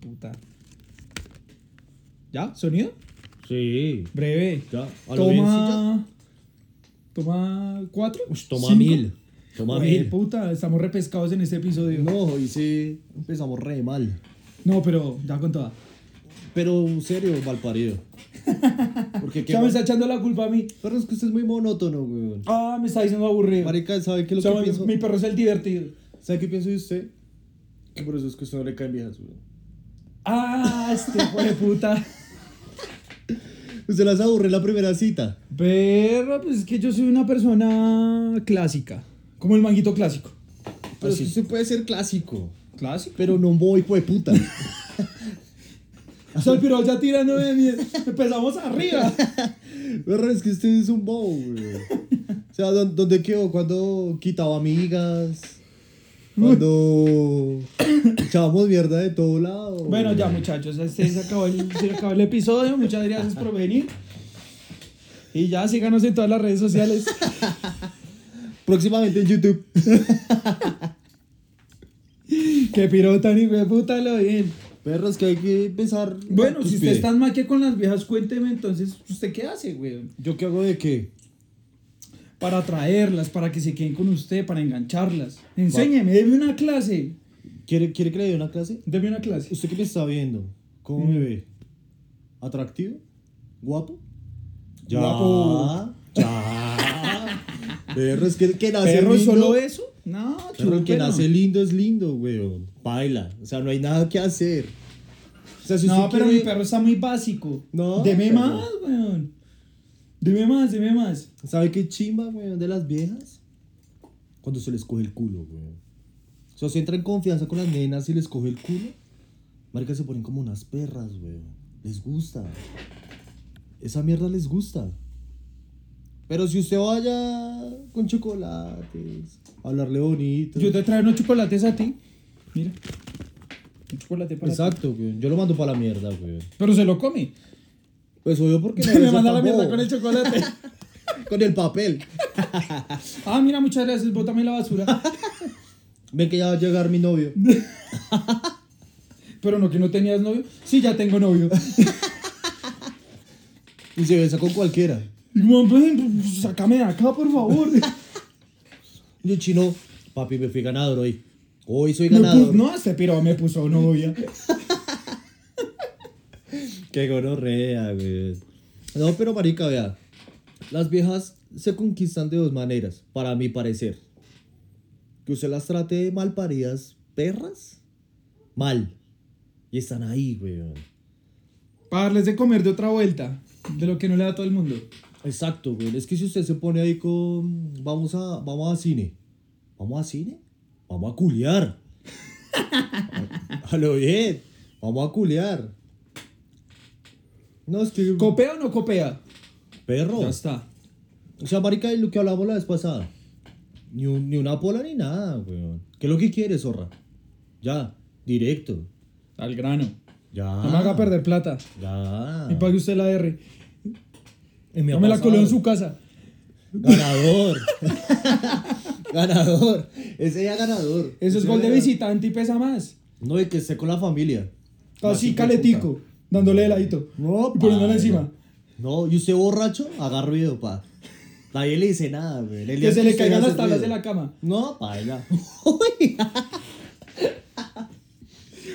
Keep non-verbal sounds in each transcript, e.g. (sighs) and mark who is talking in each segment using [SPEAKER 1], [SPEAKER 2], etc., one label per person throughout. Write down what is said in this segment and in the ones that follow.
[SPEAKER 1] puta. ¿Ya? ¿Sonido?
[SPEAKER 2] Sí.
[SPEAKER 1] Breve.
[SPEAKER 2] Ya, a lo bien, sí, ya.
[SPEAKER 1] Toma. Toma cuatro.
[SPEAKER 2] Ush, toma
[SPEAKER 1] cinco.
[SPEAKER 2] mil. Toma
[SPEAKER 1] Güey,
[SPEAKER 2] mil.
[SPEAKER 1] puta, estamos repescados en este episodio. No,
[SPEAKER 2] No, hoy sí empezamos re mal.
[SPEAKER 1] pero ya con toda.
[SPEAKER 2] Pero serio, mal (laughs) parido. Porque qué
[SPEAKER 1] Ya me
[SPEAKER 2] mal-
[SPEAKER 1] está echando la culpa a mí.
[SPEAKER 2] Pero es que usted es muy monótono, weón.
[SPEAKER 1] Ah, me está diciendo aburrido.
[SPEAKER 2] Marica, ¿sabe qué es lo
[SPEAKER 1] Chama,
[SPEAKER 2] que pienso?
[SPEAKER 1] mi perro es el divertido.
[SPEAKER 2] ¿Sabe qué pienso de usted? Que por eso es que usted no le caen viejas, weón.
[SPEAKER 1] Ah,
[SPEAKER 2] (laughs)
[SPEAKER 1] este hijo de puta.
[SPEAKER 2] Usted las aburre en la primera cita.
[SPEAKER 1] Perro, pues es que yo soy una persona clásica. Como el manguito clásico.
[SPEAKER 2] Pero es que usted puede ser (laughs) clásico.
[SPEAKER 1] ¿Clásico?
[SPEAKER 2] Pero no muy hijo de puta.
[SPEAKER 1] O sea, el piro ya tirando de mí. Empezamos arriba.
[SPEAKER 2] Pero es que usted es un bobo, weón. O sea, ¿dó- ¿dónde quedó? Cuando quitaba amigas. Cuando echábamos mierda de todo lado.
[SPEAKER 1] Bueno,
[SPEAKER 2] weón.
[SPEAKER 1] ya muchachos, este se acabó el, se acabó el episodio. Muchas gracias por venir. Y ya síganos en todas las redes sociales.
[SPEAKER 2] Próximamente en YouTube.
[SPEAKER 1] que piro tan hijo de puta lo bien.
[SPEAKER 2] Perro, es que hay que empezar.
[SPEAKER 1] Bueno,
[SPEAKER 2] Pues,
[SPEAKER 1] si usted
[SPEAKER 2] pide.
[SPEAKER 1] es tan maquia con las viejas, cuénteme entonces, ¿usted qué hace, güey?
[SPEAKER 2] ¿Yo qué hago de qué?
[SPEAKER 1] Para atraerlas, para que se queden con usted, para engancharlas. Enséñeme, deme una clase.
[SPEAKER 2] ¿Quiere, ¿Quiere que le dé una clase?
[SPEAKER 1] Deme una clase.
[SPEAKER 2] ¿Usted qué me está viendo? ¿Cómo me ve? ¿Atractivo? ¿Guapo? Ya.
[SPEAKER 1] Guapo.
[SPEAKER 2] (laughs) Ya. Perro, es que el que nace
[SPEAKER 1] ¿Perro
[SPEAKER 2] lindo.
[SPEAKER 1] solo eso? No,
[SPEAKER 2] Pero el que
[SPEAKER 1] chúpelo.
[SPEAKER 2] nace lindo es lindo, weón. Baila. O sea, no hay nada que hacer. O sea, si
[SPEAKER 1] No,
[SPEAKER 2] usted
[SPEAKER 1] pero
[SPEAKER 2] quiere-
[SPEAKER 1] mi perro está muy básico.
[SPEAKER 2] No,
[SPEAKER 1] Deme
[SPEAKER 2] pero-
[SPEAKER 1] más, weón. Deme más, deme más.
[SPEAKER 2] ¿Sabe qué chimba, weón, de las viejas? Cuando se les coge el culo, weón. O sea, se entra en confianza con las nenas y les coge el culo. Marica, se ponen como unas perras, weón. Les gusta. Esa mierda les gusta. Pero si usted vaya con chocolates, hablarle bonito.
[SPEAKER 1] Yo te traigo unos chocolates a ti. Mira. Un chocolate para ti.
[SPEAKER 2] Exacto, weón. Yo lo mando para la mierda, weón.
[SPEAKER 1] Pero se lo come.
[SPEAKER 2] Pues obvio
[SPEAKER 1] (laughs)
[SPEAKER 2] porque no debe
[SPEAKER 1] Me
[SPEAKER 2] ser
[SPEAKER 1] manda la
[SPEAKER 2] tan
[SPEAKER 1] mierda
[SPEAKER 2] bobo.
[SPEAKER 1] con el chocolate.
[SPEAKER 2] con el papel.
[SPEAKER 1] ah, mira, muchas gracias. Bótame la basura.
[SPEAKER 2] Ven que ya va a llegar mi novio.
[SPEAKER 1] Pero no, que no tenías novio. Sí, ya tengo novio. (laughs)
[SPEAKER 2] Y se besa con cualquiera.
[SPEAKER 1] Y como, "Ven, pues, sácame de acá, por favor. pues,
[SPEAKER 2] Y el chino, papi, me fui ganador hoy. Hoy soy
[SPEAKER 1] Me
[SPEAKER 2] ganador.
[SPEAKER 1] pu- no, este piro me puso novia.
[SPEAKER 2] Qué gonorrea, güey. No, pero marica, vea. Las viejas se conquistan de dos maneras, para mi parecer. Que usted las trate de mal paridas perras. Mal. Y están ahí, güey.
[SPEAKER 1] Para darles de comer de otra vuelta. De lo que no le da a todo el mundo.
[SPEAKER 2] Exacto, güey. Es que si usted se pone ahí con. Vamos a. Vamos a cine. ¿Vamos a cine? Vamos
[SPEAKER 1] (laughs)
[SPEAKER 2] a culiar. a, a lo bien. Vamos a culiar. No, es que.
[SPEAKER 1] ¿Copea o no copea?
[SPEAKER 2] Perro.
[SPEAKER 1] Ya está.
[SPEAKER 2] O sea, marica, de lo que hablamos la vez pasada. Ni, un- ni una pola ni nada, weón. ¿Qué es lo que quieres, zorra? Ya, directo.
[SPEAKER 1] Al grano.
[SPEAKER 2] Ya.
[SPEAKER 1] No me haga perder plata.
[SPEAKER 2] Ya.
[SPEAKER 1] Y pague usted la R.
[SPEAKER 2] Eh, me ha
[SPEAKER 1] No me la
[SPEAKER 2] pasado.
[SPEAKER 1] coló en su casa. (laughs)
[SPEAKER 2] Ganador. (laughs) ganador. Ese ya ganador.
[SPEAKER 1] Eso es
[SPEAKER 2] Ese
[SPEAKER 1] gol de
[SPEAKER 2] ya-
[SPEAKER 1] visitante y pesa más.
[SPEAKER 2] No, y que esté con la familia.
[SPEAKER 1] Así
[SPEAKER 2] Más
[SPEAKER 1] caletico, dándole heladito.
[SPEAKER 2] No,
[SPEAKER 1] y poniéndole
[SPEAKER 2] padre.
[SPEAKER 1] encima.
[SPEAKER 2] No, y usted borracho, haga ruido, pa. Nadie le dice nada, güey. El día
[SPEAKER 1] Que se le
[SPEAKER 2] usted
[SPEAKER 1] caigan
[SPEAKER 2] hace
[SPEAKER 1] las tablas de
[SPEAKER 2] ruido.
[SPEAKER 1] la cama.
[SPEAKER 2] No, paila.
[SPEAKER 1] Un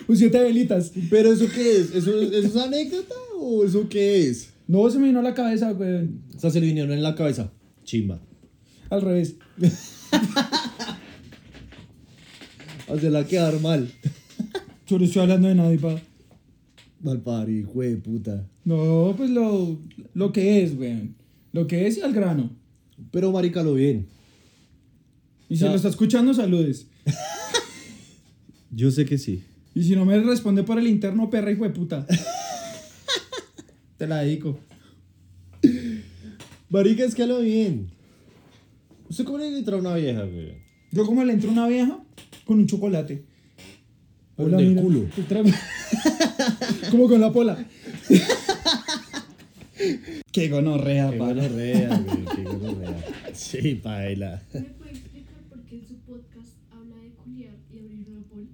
[SPEAKER 1] Pues siete velitas.
[SPEAKER 2] (laughs) ¿Pero eso qué es? ¿Eso, eso es anécdota o eso qué es?
[SPEAKER 1] No, se me vino a la cabeza, weón.
[SPEAKER 2] O sea, se le vinieron en la cabeza. Chimba.
[SPEAKER 1] Al revés.
[SPEAKER 2] O sea, la quedar mal.
[SPEAKER 1] Yo no estoy hablando de nadie, pa.
[SPEAKER 2] (laughs) Mal pari, hijo de puta.
[SPEAKER 1] No, pues lo, lo que es, weón. Lo que es y al grano.
[SPEAKER 2] Pero marica, lo bien.
[SPEAKER 1] Y si
[SPEAKER 2] Ya.
[SPEAKER 1] lo está escuchando, saludes.
[SPEAKER 2] Yo sé que sí.
[SPEAKER 1] Y si no me responde por el interno, perra, hijo de puta. (laughs) Te la dedico.
[SPEAKER 2] Marica, es que lo bien. ¿Usted cómo le entra a una vieja, güey?
[SPEAKER 1] Yo como le entro a una vieja con un chocolate.
[SPEAKER 2] Por el
[SPEAKER 1] mira,
[SPEAKER 2] culo.
[SPEAKER 1] te (laughs) traigo- como con la pola. Qué gonorrea,
[SPEAKER 2] Qué
[SPEAKER 1] pa.
[SPEAKER 2] (laughs) gonorrea, güey. Qué gonorrea. Sí, paila.
[SPEAKER 3] ¿Me puede explicar por qué en su podcast habla de culiar y abrir una bola?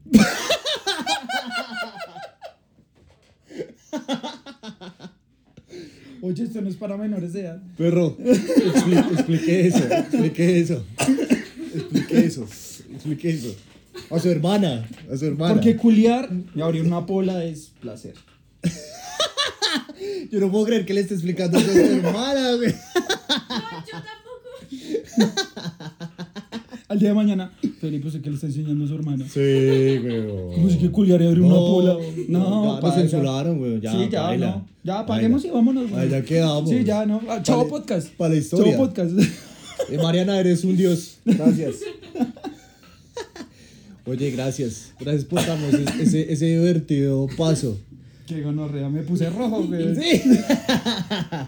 [SPEAKER 1] escuche, esto no es para menores de edad.
[SPEAKER 2] Perro, expli- explique eso, explique eso. Explique eso, explique eso. A su hermana, a su hermana.
[SPEAKER 1] Porque culiar y abrir una pola es placer.
[SPEAKER 2] Yo no puedo creer que le esté explicando eso a su hermana, güey.
[SPEAKER 3] No, yo tampoco.
[SPEAKER 1] Al día de mañana, Felipe, sé que le está enseñando a su hermana.
[SPEAKER 2] Sí, güey.
[SPEAKER 1] ¿Cómo así que culiar y abrir una pola? No,
[SPEAKER 2] No, ya nos
[SPEAKER 1] paila.
[SPEAKER 2] censuraron, güey. Ya,
[SPEAKER 1] sí, ya,
[SPEAKER 2] paila,
[SPEAKER 1] no. Ya,
[SPEAKER 2] paila.
[SPEAKER 1] paguemos y vámonos. güey.
[SPEAKER 2] Ay, ya quedamos.
[SPEAKER 1] Sí, ya, no. Ah, chao,
[SPEAKER 2] Vale,
[SPEAKER 1] podcast.
[SPEAKER 2] pa' la historia.
[SPEAKER 1] Chao, podcast. (laughs)
[SPEAKER 2] Eh, Mariana, eres un dios. Gracias. Oye, gracias. Gracias por darnos es- ese, ese divertido paso.
[SPEAKER 1] Qué gonorrea, me puse rojo, güey.
[SPEAKER 2] Sí. (laughs)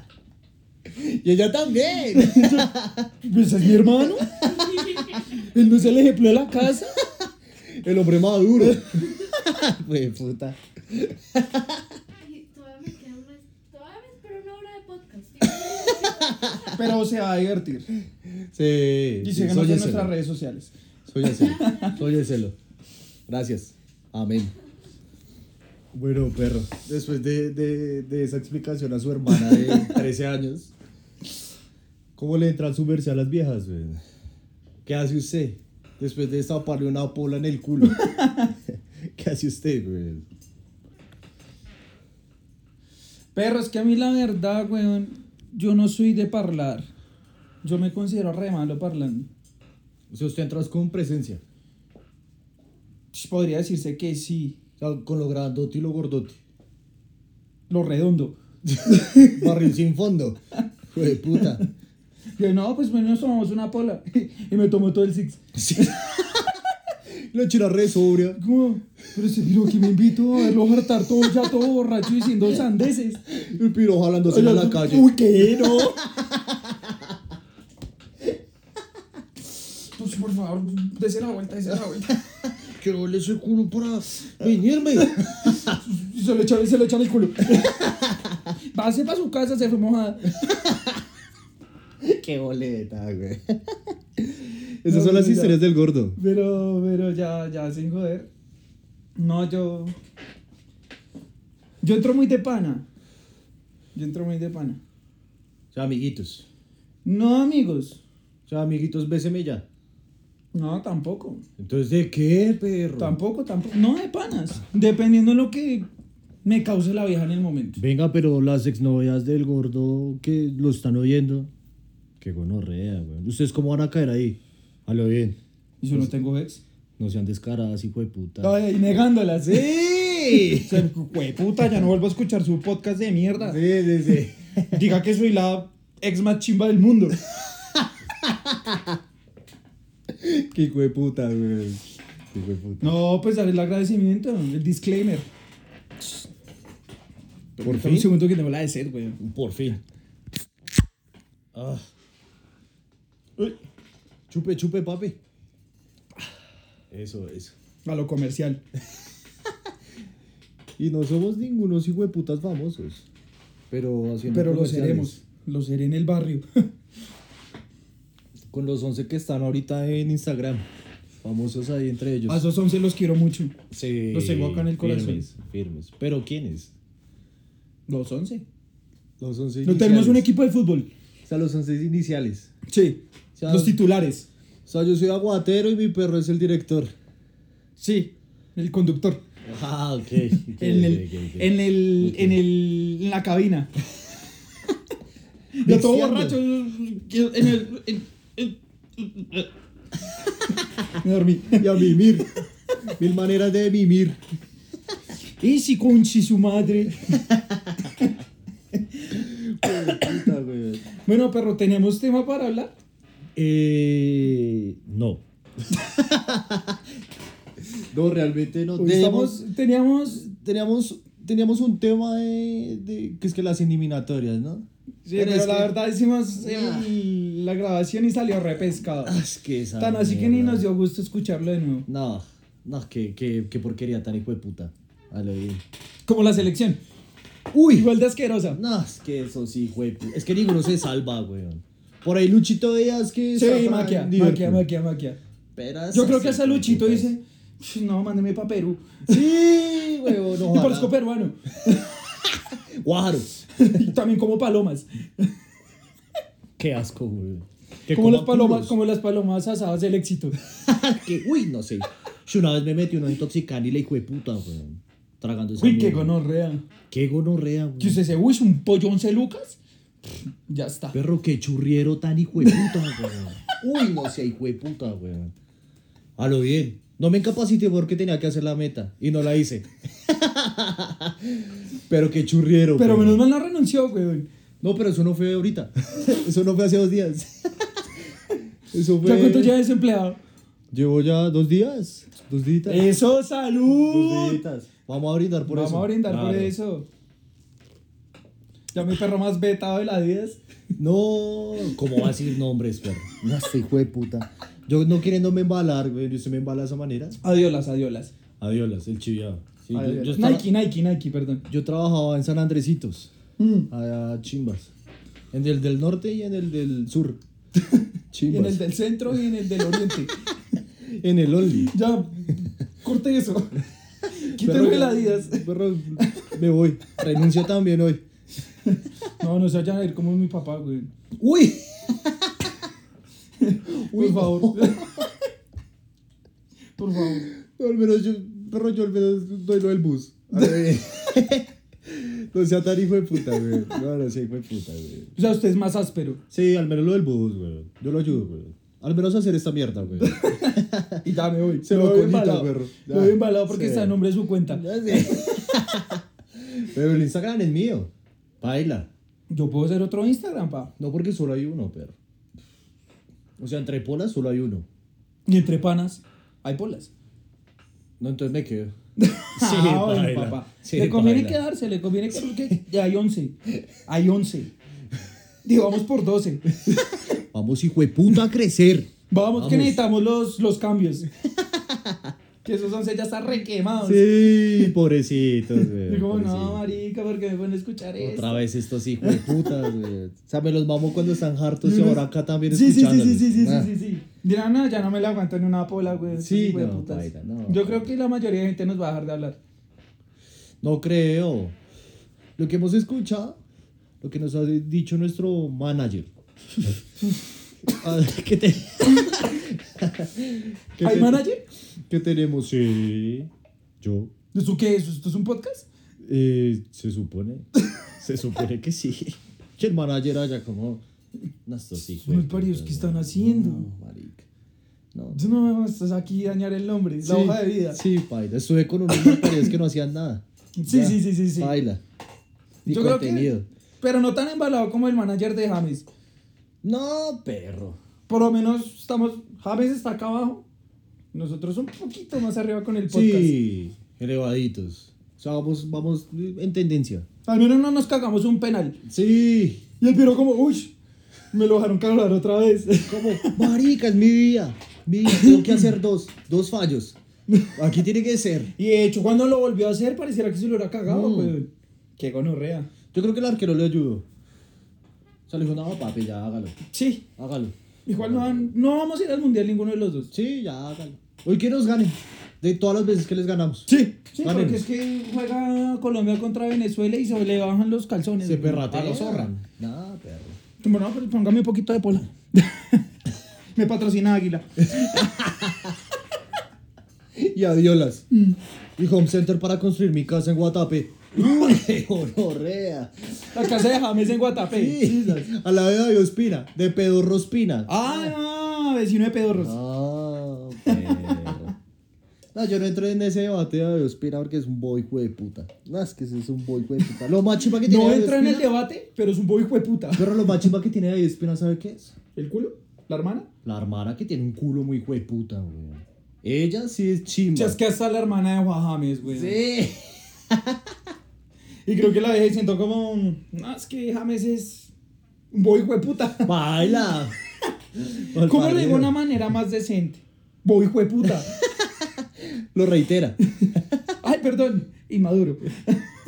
[SPEAKER 2] Y ella también.
[SPEAKER 1] ¿Ese Pues, es mi hermano? (laughs) ¿Él no es el ejemplo de la casa?
[SPEAKER 2] El hombre maduro. (laughs) Güey, Pues, puta.
[SPEAKER 3] Ay, todavía me queda una. Todavía me espero una hora de podcast.
[SPEAKER 1] Pero se va a divertir.
[SPEAKER 2] Sí.
[SPEAKER 1] Y
[SPEAKER 2] sí,
[SPEAKER 1] síganos en
[SPEAKER 2] sóyeselo.
[SPEAKER 1] nuestras redes sociales.
[SPEAKER 2] Sóyeselo. Sóyeselo. Gracias. Amén. Bueno, perro. Después de, de- de esa explicación a su hermana (laughs) de 13 años, ¿cómo le entra a subirse a las viejas, güey? ¿Qué hace usted después de estaparle una pola en el culo? (laughs) ¿Qué hace usted, güey?
[SPEAKER 1] Perro, es que a mí la verdad, weón, yo no soy de hablar. Yo me considero re malo parlando.
[SPEAKER 2] O sea, usted entra con presencia.
[SPEAKER 1] Pues, Podría decirse que sí,
[SPEAKER 2] O sea, con lo grandote y lo gordote.
[SPEAKER 1] lo redondo.
[SPEAKER 2] Barril sin fondo. Güey, puta.
[SPEAKER 1] Yo, no, pues bueno, nos tomamos una pola. (laughs) y me tomó todo el six.
[SPEAKER 2] Lo echó re sobria.
[SPEAKER 1] Como, pero ese piro que me invito a verlo hartar todo, ya todo borracho diciendo sandeces.
[SPEAKER 2] El piro jalándose en la calle.
[SPEAKER 1] Uy, qué no. Pues por favor, dese la vuelta, dese la vuelta.
[SPEAKER 2] Que duele ese culo para venirme.
[SPEAKER 1] Y se lo echan, se lo echan el culo. Pase para su casa, se fue mojada.
[SPEAKER 2] Qué boleta, güey. Esas son las historias del gordo.
[SPEAKER 1] Pero, pero ya, ya, sin joder. No, yo. Yo entro muy de pana. Yo entro muy de pana.
[SPEAKER 2] O sea, amiguitos.
[SPEAKER 1] No, amigos.
[SPEAKER 2] O sea, amiguitos, béseme ya.
[SPEAKER 1] No, tampoco.
[SPEAKER 2] Entonces, ¿de qué, perro?
[SPEAKER 1] Tampoco, tampoco. No, de panas. Dependiendo de lo que me cause la vieja en el momento.
[SPEAKER 2] Venga, pero las exnovias del gordo que lo están oyendo. Qué gonorrea, güey. ¿Ustedes cómo van a caer ahí? A lo bien.
[SPEAKER 1] Y yo no tengo ex.
[SPEAKER 2] No sean descaradas, hijo de puta.
[SPEAKER 1] Ay, negándola, sí.
[SPEAKER 2] ¡Sí!
[SPEAKER 1] O sea, güey, puta, ya no vuelvo a escuchar su podcast de mierda.
[SPEAKER 2] Sí, sí, sí.
[SPEAKER 1] Diga que soy la ex más chimba del mundo.
[SPEAKER 2] Qué hijo de puta, güey. Qué hijo de puta.
[SPEAKER 1] No, pues darle el agradecimiento, el disclaimer.
[SPEAKER 2] Por
[SPEAKER 1] Dame
[SPEAKER 2] fin.
[SPEAKER 1] un segundo que tengo la de sed, güey.
[SPEAKER 2] Por fin. Ah. Uy. Chupe, chupe, papi. Eso, eso.
[SPEAKER 1] A lo comercial.
[SPEAKER 2] Y no somos ningunos hijo de putas famosos. Pero haciendo
[SPEAKER 1] Pero lo
[SPEAKER 2] comerciales.
[SPEAKER 1] seremos. Lo seré en el barrio.
[SPEAKER 2] Con los 11 que están ahorita en Instagram. Famosos ahí entre ellos.
[SPEAKER 1] A esos 11 los quiero mucho.
[SPEAKER 2] Ah, Sí,
[SPEAKER 1] los tengo acá en el corazón.
[SPEAKER 2] Firmes, firmes. Pero ¿quiénes?
[SPEAKER 1] Los 11.
[SPEAKER 2] Los 11
[SPEAKER 1] No tenemos un equipo de fútbol.
[SPEAKER 2] O sea, los 11 iniciales.
[SPEAKER 1] Sí.
[SPEAKER 2] Ya.
[SPEAKER 1] Los titulares.
[SPEAKER 2] O sea, yo soy aguatero y mi perro es el director.
[SPEAKER 1] Sí. El conductor.
[SPEAKER 2] Ah, (laughs) ok.
[SPEAKER 1] En el, en el, en el, en la cabina. Yo todo
[SPEAKER 2] Mixeando.
[SPEAKER 1] borracho. yo- En el, en- en- me dormí.
[SPEAKER 2] Y a mimir. Mil maneras de (coughs) mimir.
[SPEAKER 1] Y si conchi su madre. Bueno, perro, ¿tenemos tema para hablar?
[SPEAKER 2] Eh, (laughs) no. no, realmente no.
[SPEAKER 1] Hoy
[SPEAKER 2] Teníamos,
[SPEAKER 1] estamos, teníamos
[SPEAKER 2] teníamos, teníamos un tema de, de- que es que las eliminatorias, ¿no? Eh,
[SPEAKER 1] Sí,
[SPEAKER 2] Pero
[SPEAKER 1] pero,
[SPEAKER 2] es
[SPEAKER 1] la
[SPEAKER 2] que-
[SPEAKER 1] verdad hicimos el- la grabación y salió repescado.
[SPEAKER 2] Ah, Es que esa
[SPEAKER 1] Tan así que ni
[SPEAKER 2] mierda.
[SPEAKER 1] nos dio gusto escucharlo de nuevo.
[SPEAKER 2] No, no, qué, qué, qué porquería tan hijo de puta. A lo bien.
[SPEAKER 1] Como la selección. Uy, igual de asquerosa.
[SPEAKER 2] No, es que eso sí, güey. pu- Es que ninguno se salva, weón. Por ahí Luchito Díaz que está
[SPEAKER 1] Sí,
[SPEAKER 2] para
[SPEAKER 1] maquia,
[SPEAKER 2] Liverpool.
[SPEAKER 1] maquia, maquia, maquia.
[SPEAKER 2] Pero esas
[SPEAKER 1] Yo creo que
[SPEAKER 2] sí,
[SPEAKER 1] hasta
[SPEAKER 2] hijo de
[SPEAKER 1] Luchito
[SPEAKER 2] putas.
[SPEAKER 1] dice, "Pf, no, mándeme para Perú.
[SPEAKER 2] Sí,
[SPEAKER 1] (laughs)
[SPEAKER 2] weón.
[SPEAKER 1] Y
[SPEAKER 2] ojalá.
[SPEAKER 1] parezco peruano.
[SPEAKER 2] Guájaro.
[SPEAKER 1] Y también como palomas.
[SPEAKER 2] Qué asco, güey.
[SPEAKER 1] Como las palomas, como las palomas asadas del éxito.
[SPEAKER 2] (laughs) que, uy, no sé. Yo una vez me metí una intoxicante y la hijo de puta, weón. Tragando esa
[SPEAKER 1] Uy, qué
[SPEAKER 2] mierda.
[SPEAKER 1] gonorrea.
[SPEAKER 2] Qué gonorrea,
[SPEAKER 1] Que
[SPEAKER 2] weón.
[SPEAKER 1] usted se uy, un pollo once lucas. Pff, Ya está.
[SPEAKER 2] Perro, qué churriero tan hijo de puta, weón. Uy, no sé, hijo de puta, weón. A lo bien. No me incapacité porque tenía que hacer la meta y no la hice. (laughs) pero qué churriero.
[SPEAKER 1] Pero
[SPEAKER 2] weón.
[SPEAKER 1] menos mal no renunció, güey.
[SPEAKER 2] No, pero eso no fue ahorita. (laughs) Eso no fue hace dos días. (laughs) Eso fue.
[SPEAKER 1] ¿Ya cuánto ya desempleado?
[SPEAKER 2] Llevo ya dos días. Dos días.
[SPEAKER 1] ¡Eso, salud!
[SPEAKER 2] Vamos a brindar por
[SPEAKER 1] Eh, Vamos
[SPEAKER 2] eso.
[SPEAKER 1] a brindar por
[SPEAKER 2] Claro.
[SPEAKER 1] eso. Ya mi perro más vetado de la 10.
[SPEAKER 2] No, ¿cómo va a decir nombres,
[SPEAKER 1] (laughs)
[SPEAKER 2] perro? No, este hijo de puta. Yo no queriéndome embalar, güey. Yo se me embala de esa manera.
[SPEAKER 1] Adiolas, adiolas.
[SPEAKER 2] Adiolas, el chiviado. Sí, yo- yo,
[SPEAKER 1] Adiolas.
[SPEAKER 2] estaba-
[SPEAKER 1] Nike, Nike, Nike, perdón.
[SPEAKER 2] yo trabajaba en San Andresitos,
[SPEAKER 1] Mm.
[SPEAKER 2] a chimbas. En el del norte y en el del (laughs) sur.
[SPEAKER 1] Y en
[SPEAKER 2] Chimbas.
[SPEAKER 1] el del centro y en el del oriente.
[SPEAKER 2] (laughs) En el Only.
[SPEAKER 1] ya, corte eso.
[SPEAKER 2] Perro,
[SPEAKER 1] Quítame la 10.
[SPEAKER 2] perro, me voy. Renuncio también hoy.
[SPEAKER 1] No, no se vayan a ir como mi papá, güey.
[SPEAKER 2] ¡Uy!
[SPEAKER 1] Por
[SPEAKER 2] (laughs)
[SPEAKER 1] favor. Por favor.
[SPEAKER 2] Al menos yo, perro, yo al menos doy lo del (laughs) bus. A ver. no sea tan hijo de puta, güey. No, no sea hijo de puta, güey.
[SPEAKER 1] O sea, usted es más áspero.
[SPEAKER 2] Sí, al menos lo del bus, güey. Yo lo ayudo, güey. Al menos hacer esta mierda, güey.
[SPEAKER 1] Y ya me voy.
[SPEAKER 2] Se
[SPEAKER 1] lo
[SPEAKER 2] lo
[SPEAKER 1] veo
[SPEAKER 2] colita,
[SPEAKER 1] embalado.
[SPEAKER 2] perro. Ya.
[SPEAKER 1] Lo veo embalado porque
[SPEAKER 2] Sí.
[SPEAKER 1] está en nombre de su cuenta.
[SPEAKER 2] (laughs) Pero el Instagram es mío. Baila.
[SPEAKER 1] Yo puedo hacer otro Instagram, pa.
[SPEAKER 2] No porque solo hay uno, perro. O sea, entre polas solo hay uno.
[SPEAKER 1] Y entre panas hay polas.
[SPEAKER 2] No, entonces me
[SPEAKER 1] (laughs)
[SPEAKER 2] quedo.
[SPEAKER 1] Ah, bueno,
[SPEAKER 2] baila.
[SPEAKER 1] papá.
[SPEAKER 2] Sí,
[SPEAKER 1] le conviene
[SPEAKER 2] baila.
[SPEAKER 1] quedarse, le conviene quedarse porque ya hay 11. Hay 11. Digo, vamos por 12.
[SPEAKER 2] Vamos, hijo de puta, a crecer.
[SPEAKER 1] Vamos,
[SPEAKER 2] Vamos.
[SPEAKER 1] que necesitamos los, los cambios. que esos 11 ya están requemados.
[SPEAKER 2] Sí, pobrecitos,
[SPEAKER 1] (laughs)
[SPEAKER 2] güey.
[SPEAKER 1] Digo, no,
[SPEAKER 2] pobrecitos.
[SPEAKER 1] marica, porque me pueden escuchar eso.
[SPEAKER 2] Otra vez estos
[SPEAKER 1] (laughs)
[SPEAKER 2] hijos de putas, güey. O sea, me los mamo cuando están hartos y
[SPEAKER 1] No, no.
[SPEAKER 2] ahora acá también
[SPEAKER 1] Sí, sí, sí, sí,
[SPEAKER 2] escuchándolos.
[SPEAKER 1] sí, sí,
[SPEAKER 2] Ah.
[SPEAKER 1] sí, sí, sí. Dirán, no, ya no me la aguanto ni una pola, güey.
[SPEAKER 2] Sí,
[SPEAKER 1] Sí,
[SPEAKER 2] no,
[SPEAKER 1] putas.
[SPEAKER 2] paila, no.
[SPEAKER 1] Yo creo que la mayoría de gente nos va a dejar de hablar.
[SPEAKER 2] No creo. Lo que hemos escuchado, lo que nos ha dicho
[SPEAKER 1] (laughs)
[SPEAKER 2] nuestro manager. Ah, ¿Qué te... ¿Qué
[SPEAKER 1] ¿Hay
[SPEAKER 2] te-
[SPEAKER 1] manager?
[SPEAKER 2] ¿Qué tenemos? Sí, yo.
[SPEAKER 1] ¿Eso qué es? ¿Esto es un podcast?
[SPEAKER 2] Eh, se supone. Se supone que sí. Que el manager haya como. No, estos hijos.
[SPEAKER 1] Uy, paridos, ¿qué están haciendo?
[SPEAKER 2] No, marica. No.
[SPEAKER 1] Tú no me estás aquí a dañar el nombre, es la hoja de vida.
[SPEAKER 2] Sí, paila. Estuve con unos (coughs) paridos que no hacían nada.
[SPEAKER 1] Sí, sí, sí, sí, sí.
[SPEAKER 2] Paila. Ni
[SPEAKER 1] Yo creo que-
[SPEAKER 2] contenido.
[SPEAKER 1] Pero no tan embalado como el manager de James.
[SPEAKER 2] No, perro.
[SPEAKER 1] Por lo menos estamos. James está acá abajo. Nosotros un poquito más arriba con el podcast.
[SPEAKER 2] Sí, elevaditos. O sea, vamos, vamos en tendencia.
[SPEAKER 1] Al menos no nos cagamos un penal.
[SPEAKER 2] Sí.
[SPEAKER 1] Y el piro, como, uy, me lo dejaron cargar otra vez.
[SPEAKER 2] Como, marica, es mi vida. Mi vida. Tengo que hacer dos. Dos fallos. Aquí tiene que ser.
[SPEAKER 1] Y de hecho, cuando lo volvió a hacer, pareciera que se lo hubiera cagado,
[SPEAKER 2] Mm.
[SPEAKER 1] güey. Qué gonorrea.
[SPEAKER 2] Yo creo que el arquero le ayudó. O sea, le dijo, no, papi, ya hágalo,
[SPEAKER 1] Sí.
[SPEAKER 2] hágalo.
[SPEAKER 1] Igual no, van- no vamos a ir al mundial ninguno de los dos.
[SPEAKER 2] Sí, ya hágalo. Hoy que nos ganen. De todas las veces que les ganamos.
[SPEAKER 1] Sí. Sí,
[SPEAKER 2] Ganen.
[SPEAKER 1] porque es que juega Colombia contra Venezuela y se le bajan los calzones.
[SPEAKER 2] Se
[SPEAKER 1] güey.
[SPEAKER 2] perratean.
[SPEAKER 1] A los zorran.
[SPEAKER 2] No, perro.
[SPEAKER 1] Bueno, pues póngame un poquito de pola. (laughs) Me patrocina Águila.
[SPEAKER 2] Y adiolas. Y home center para construir mi casa en Guatape. (laughs) ¡Uy, gonorrea!
[SPEAKER 1] La casa de James en Guatapé.
[SPEAKER 2] Sí, a la vez de Diospina, de Pedorrospina.
[SPEAKER 1] Ah, vecino de pedorros. (laughs)
[SPEAKER 2] No, perro. No, yo no entro en ese debate de Diospina porque es un boy hijo de puta. No, es que ese es un boy hijo de puta. Lo más chimba que tiene
[SPEAKER 1] No
[SPEAKER 2] David
[SPEAKER 1] entra en el
[SPEAKER 2] Ospina-
[SPEAKER 1] debate, pero es un boy hijo de puta.
[SPEAKER 2] Pero lo más chimba que tiene David Espina, ¿sabe qué es?
[SPEAKER 1] ¿El culo? ¿La hermana?
[SPEAKER 2] La hermana que tiene un culo muy hueputa, güey. Ella sí es
[SPEAKER 1] Ya
[SPEAKER 2] chimba.
[SPEAKER 1] es que hasta la hermana de Juan James, güey.
[SPEAKER 2] Sí.
[SPEAKER 1] Y creo que la vieja siento como. un, No, es que James es un boy hijo de (laughs) puta.
[SPEAKER 2] Baila.
[SPEAKER 1] ¿Cómo le digo de una
[SPEAKER 2] una
[SPEAKER 1] manera más decente? Boy hijo de (laughs) puta.
[SPEAKER 2] Lo reitera.
[SPEAKER 1] Ay, perdón. Inmaduro.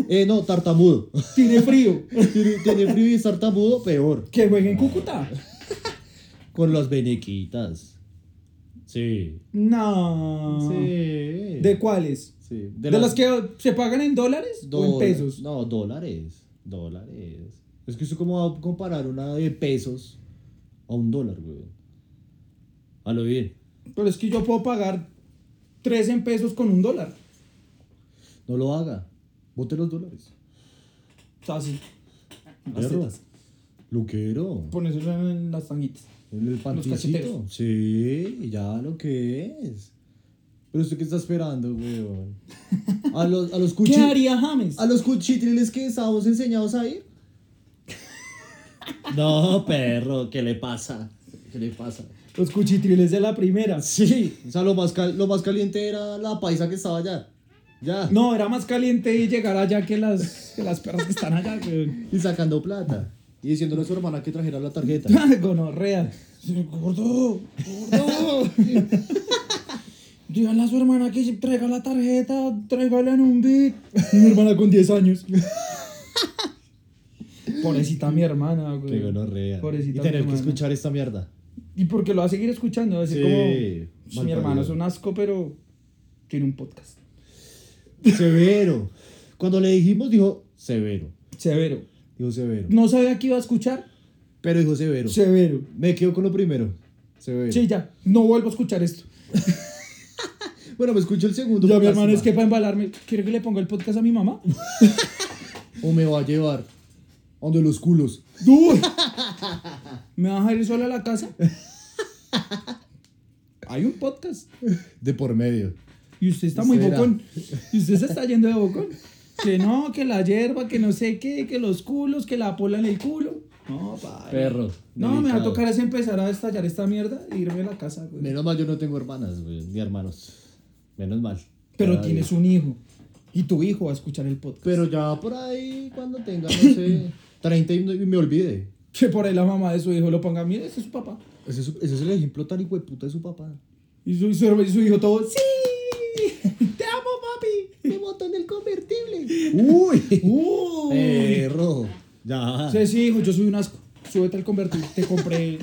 [SPEAKER 2] Eh, no,
[SPEAKER 1] (laughs)
[SPEAKER 2] tartamudo.
[SPEAKER 1] Tiene frío.
[SPEAKER 2] tiene, tiene frío y es tartamudo, peor.
[SPEAKER 1] Que juegue en Cúcuta.
[SPEAKER 2] Con las venequitas. Sí.
[SPEAKER 1] No.
[SPEAKER 2] Sí.
[SPEAKER 1] ¿De cuáles?
[SPEAKER 2] Sí.
[SPEAKER 1] ¿De, las que se pagan en dólares o en
[SPEAKER 2] Dólares.
[SPEAKER 1] pesos?
[SPEAKER 2] No, dólares. Dólares. Es que usted cómo va a comparar una de pesos a un dólar, güey. A lo bien.
[SPEAKER 1] Pero es que yo puedo pagar tres en pesos con un dólar.
[SPEAKER 2] No lo haga. Bote los dólares.
[SPEAKER 1] O sea, así. Las
[SPEAKER 2] Perro.
[SPEAKER 1] tetas.
[SPEAKER 2] Luquero.
[SPEAKER 1] Pones eso en las tanguitas.
[SPEAKER 2] En el panticito.
[SPEAKER 1] cacheteros.
[SPEAKER 2] Sí, ya lo que es. Pero usted qué está esperando, weón. A los, a
[SPEAKER 1] (laughs)
[SPEAKER 2] los
[SPEAKER 1] ¿Qué
[SPEAKER 2] cuchi-
[SPEAKER 1] haría James?
[SPEAKER 2] A los cuchitriles que estábamos enseñados a ir. No, perro, ¿qué le pasa? ¿Qué le pasa?
[SPEAKER 1] Los cuchitriles de la primera.
[SPEAKER 2] Sí, o sea, lo más, cal- lo más caliente era la paisa que estaba allá. Ya.
[SPEAKER 1] No, era más caliente llegar allá que las, que las perras que están allá, güey.
[SPEAKER 2] Y sacando plata. Y diciéndole a su hermana que trajera la tarjeta.
[SPEAKER 1] (laughs) Gonorrea. Gordo, gordo. Díganle a su hermana que se traiga la tarjeta, tráigala en un bit. Mi hermana con 10 años. Pobrecita mi hermana, güey.
[SPEAKER 2] Qué gonorrea. Y
[SPEAKER 1] Pobrecita mi
[SPEAKER 2] tener que
[SPEAKER 1] hermana.
[SPEAKER 2] escuchar esta mierda.
[SPEAKER 1] Y porque lo va a seguir escuchando, así
[SPEAKER 2] Sí,
[SPEAKER 1] como
[SPEAKER 2] mal
[SPEAKER 1] mi hermano
[SPEAKER 2] parido.
[SPEAKER 1] es un asco, pero tiene un podcast.
[SPEAKER 2] Severo. Cuando le dijimos, dijo severo.
[SPEAKER 1] Severo.
[SPEAKER 2] Dijo severo.
[SPEAKER 1] No sabía que iba a escuchar.
[SPEAKER 2] Pero dijo severo.
[SPEAKER 1] Severo.
[SPEAKER 2] Me quedo con lo primero. Severo.
[SPEAKER 1] Sí, ya. No vuelvo a escuchar esto.
[SPEAKER 2] Bueno, me escucho el segundo.
[SPEAKER 1] Ya
[SPEAKER 2] por
[SPEAKER 1] mi hermano es
[SPEAKER 2] lástima.
[SPEAKER 1] que para embalarme, ¿quiere que le ponga el podcast a mi mamá? (laughs)
[SPEAKER 2] O me va a llevar. a Donde los culos.
[SPEAKER 1] ¡Uy! ¿Me vas a ir sola a la
[SPEAKER 2] (laughs)
[SPEAKER 1] casa? Hay un podcast.
[SPEAKER 2] De por medio.
[SPEAKER 1] Y usted está muy
[SPEAKER 2] Será.
[SPEAKER 1] bocón. Y usted se está yendo de bocón. Que no, que la hierba, que no sé qué, que los culos, que la pola en el culo. No, padre.
[SPEAKER 2] Perro,
[SPEAKER 1] No, me va a
[SPEAKER 2] delicado.
[SPEAKER 1] tocar es empezar a estallar esta mierda e irme a la casa, güey.
[SPEAKER 2] Menos mal yo no tengo hermanas, güey, ni hermanos. Menos mal.
[SPEAKER 1] Pero
[SPEAKER 2] Cada
[SPEAKER 1] tienes
[SPEAKER 2] día.
[SPEAKER 1] un hijo. Y tu hijo va a escuchar el podcast.
[SPEAKER 2] Pero ya por ahí, cuando tenga, no (coughs) sé, 30 y no- y me olvide.
[SPEAKER 1] Que por ahí la mamá de su hijo lo ponga, mire, ese es su papá.
[SPEAKER 2] Ese es, su- ese es el ejemplo tan hijueputa de su papá.
[SPEAKER 1] Y su, y su- y su hijo todo, ¡sí! ¡Te amo, papi!
[SPEAKER 2] ¡Me botó en el convertible! ¡Uy!
[SPEAKER 1] ¡Uh!
[SPEAKER 2] ¡Perro! Ya.
[SPEAKER 1] Sí, sí, hijo, yo soy un asco. Súbete al convertible. Te compré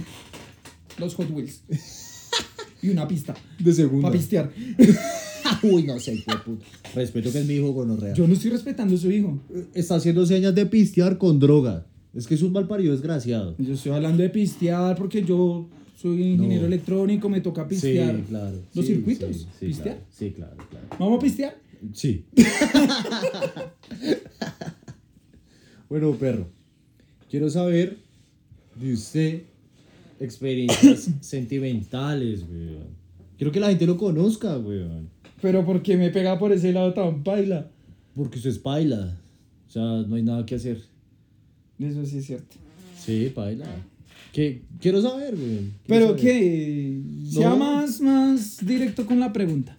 [SPEAKER 1] los Hot Wheels. (laughs) Y una pista.
[SPEAKER 2] De segundo.
[SPEAKER 1] Para pistear.
[SPEAKER 2] (laughs) Uy, no sé, hijueputa. Respeto que es mi hijo gonorrea.
[SPEAKER 1] Yo no estoy respetando a su hijo.
[SPEAKER 2] eh, Está haciendo señas de pistear con droga. Es que es un mal parido desgraciado.
[SPEAKER 1] Yo estoy hablando de pistear porque yo soy ingeniero
[SPEAKER 2] No.
[SPEAKER 1] electrónico, me toca pistear.
[SPEAKER 2] Sí, claro.
[SPEAKER 1] Los
[SPEAKER 2] Sí,
[SPEAKER 1] circuitos.
[SPEAKER 2] sí, sí,
[SPEAKER 1] pistear.
[SPEAKER 2] claro. Sí, claro, claro.
[SPEAKER 1] ¿Vamos a pistear?
[SPEAKER 2] Sí. (laughs) bueno, perro. Quiero saber de usted
[SPEAKER 1] (coughs)
[SPEAKER 2] experiencias sentimentales, weón. Quiero que la gente lo conozca, weón.
[SPEAKER 1] Pero porque me pega por ese lado tan paila.
[SPEAKER 2] Porque usted es paila. O sea, no hay nada que hacer.
[SPEAKER 1] Eso sí es cierto.
[SPEAKER 2] Sí, paila. Que Quiero saber, weón. Quiero
[SPEAKER 1] Pero
[SPEAKER 2] saber.
[SPEAKER 1] que sea
[SPEAKER 2] No.
[SPEAKER 1] más, más directo con la pregunta.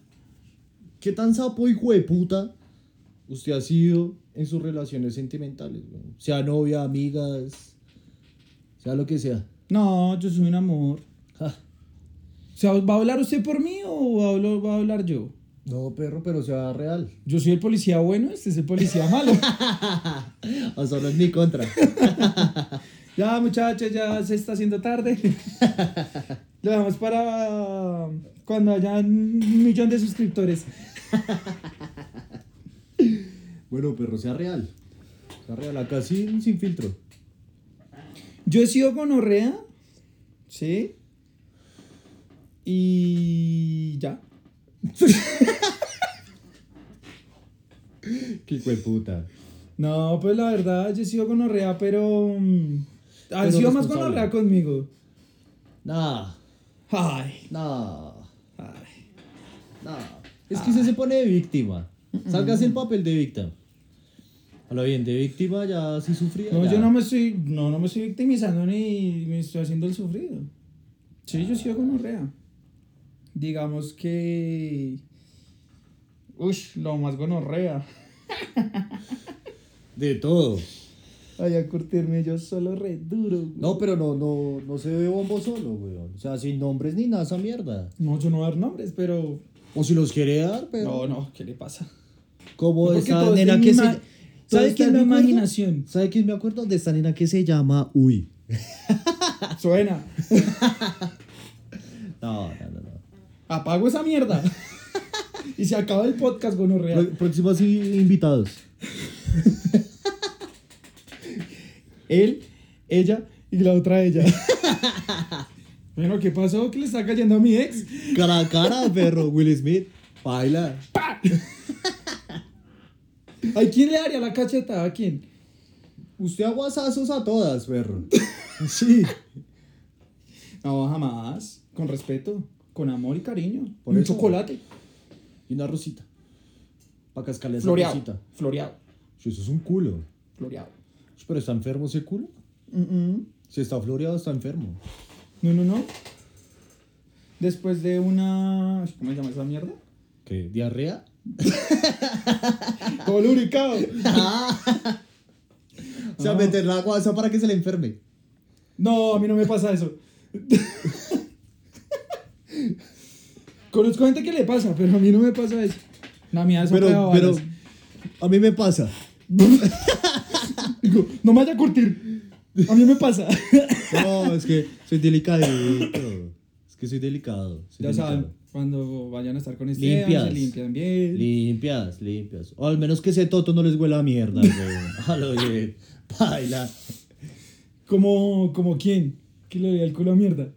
[SPEAKER 2] ¿Qué tan sapo, hijo de puta, usted ha sido en sus relaciones sentimentales, weón? Sea novia, amigas, sea lo que sea.
[SPEAKER 1] No, yo soy un amor.
[SPEAKER 2] Ja.
[SPEAKER 1] O sea, ¿va a hablar usted por mí o hablo- va a hablar yo?
[SPEAKER 2] No, perro, pero sea real.
[SPEAKER 1] Yo soy el policía bueno, este es el policía
[SPEAKER 2] (laughs)
[SPEAKER 1] malo.
[SPEAKER 2] O solo es mi
[SPEAKER 1] (laughs)
[SPEAKER 2] contra.
[SPEAKER 1] ya, muchachos, ya se está haciendo
[SPEAKER 2] (laughs)
[SPEAKER 1] tarde. Lo dejamos para cuando haya un millón de suscriptores.
[SPEAKER 2] bueno, perro, sea real. Sea real, acá sin, sin filtro.
[SPEAKER 1] Yo he sido gonorrea, ¿sí? Y ya.
[SPEAKER 2] Qué hijo de puta.
[SPEAKER 1] No, pues la verdad, yo he sido gonorrea, pero... mm, Han
[SPEAKER 2] Pero
[SPEAKER 1] sido más
[SPEAKER 2] responsable.
[SPEAKER 1] gonorrea conmigo.
[SPEAKER 2] Nah,
[SPEAKER 1] Ay,
[SPEAKER 2] nah,
[SPEAKER 1] ay.
[SPEAKER 2] nah. Es que usted se pone de víctima.
[SPEAKER 1] Ah.
[SPEAKER 2] Sálgase
[SPEAKER 1] Mm.
[SPEAKER 2] el papel de víctima. Habla bien, de víctima ya sí sufría.
[SPEAKER 1] No,
[SPEAKER 2] ya.
[SPEAKER 1] yo no me estoy, no, no me estoy victimizando ni me estoy haciendo el sufrido. Sí, yo sigo con gonorrea. Digamos que... Ush, lo más gonorrea.
[SPEAKER 2] De todo.
[SPEAKER 1] Vaya a curtirme yo solo re duro. güey.
[SPEAKER 2] No, pero no, no, no se ve bombo solo, weón. O sea, sin nombres ni nada esa mierda.
[SPEAKER 1] No, yo no voy a dar nombres, pero...
[SPEAKER 2] O si los quiere dar, pero.
[SPEAKER 1] No, no, ¿qué le pasa?
[SPEAKER 2] Como
[SPEAKER 1] Porque
[SPEAKER 2] esa
[SPEAKER 1] todo está
[SPEAKER 2] nena
[SPEAKER 1] en
[SPEAKER 2] que
[SPEAKER 1] mi
[SPEAKER 2] se.
[SPEAKER 1] ma-
[SPEAKER 2] todo
[SPEAKER 1] todo
[SPEAKER 2] está
[SPEAKER 1] está en
[SPEAKER 2] en
[SPEAKER 1] mi
[SPEAKER 2] acuerdo?
[SPEAKER 1] imaginación.
[SPEAKER 2] ¿Sabe quién me acuerdo? De esta nena que se llama Uy.
[SPEAKER 1] Suena.
[SPEAKER 2] No, no, no. no.
[SPEAKER 1] Apago esa mierda. y se acaba
[SPEAKER 2] Pues-
[SPEAKER 1] el podcast gonorrea.
[SPEAKER 2] Pro- Próximos i- invitados.
[SPEAKER 1] él, ella y la otra
[SPEAKER 2] (laughs)
[SPEAKER 1] ella. bueno, ¿qué pasó? ¿Qué le está cayendo a mi ex?
[SPEAKER 2] Cara a cara, (laughs) perro. Will Smith. Baila.
[SPEAKER 1] ¿A quién le daría la cachetada? ¿A quién?
[SPEAKER 2] Usted aguasazos a todas,
[SPEAKER 1] (laughs)
[SPEAKER 2] perro. Sí.
[SPEAKER 1] No, jamás. Con respeto, con amor y cariño.
[SPEAKER 2] Por
[SPEAKER 1] y un
[SPEAKER 2] eso.
[SPEAKER 1] chocolate.
[SPEAKER 2] Y una rosita. Para cascarle esa
[SPEAKER 1] Floreado.
[SPEAKER 2] rosita.
[SPEAKER 1] Floreado.
[SPEAKER 2] Sí, eso es un culo.
[SPEAKER 1] Floreado.
[SPEAKER 2] Ush, Pero está enfermo ese culo.
[SPEAKER 1] Mm, mm.
[SPEAKER 2] Si está floreado, está enfermo.
[SPEAKER 1] No, no, no. Después de una. ¿Cómo se llama esa (laughs) mierda?
[SPEAKER 2] ¿Qué? ¿Diarrea?
[SPEAKER 1] Colubricado.
[SPEAKER 2] O
[SPEAKER 1] Ah.
[SPEAKER 2] sea, meter la guasa para que se le enferme.
[SPEAKER 1] No, a mí no me pasa eso. Conozco gente que le pasa, pero a mí no me pasa eso. La mía es
[SPEAKER 2] Pero, pero. A mí me pasa.
[SPEAKER 1] (laughs) Digo, no me vaya a curtir. A mí me pasa.
[SPEAKER 2] No, es que soy delicadito. Es que soy delicado. soy
[SPEAKER 1] ya saben,
[SPEAKER 2] delicado.
[SPEAKER 1] cuando vayan a estar con este
[SPEAKER 2] Limpias.
[SPEAKER 1] se limpian bien.
[SPEAKER 2] Limpias, limpias. O al menos que ese toto no les huela a
[SPEAKER 1] (laughs)
[SPEAKER 2] mierda, weón. A lo bien. Baila.
[SPEAKER 1] como, como quién? ¿Quién le dio el culo a mierda?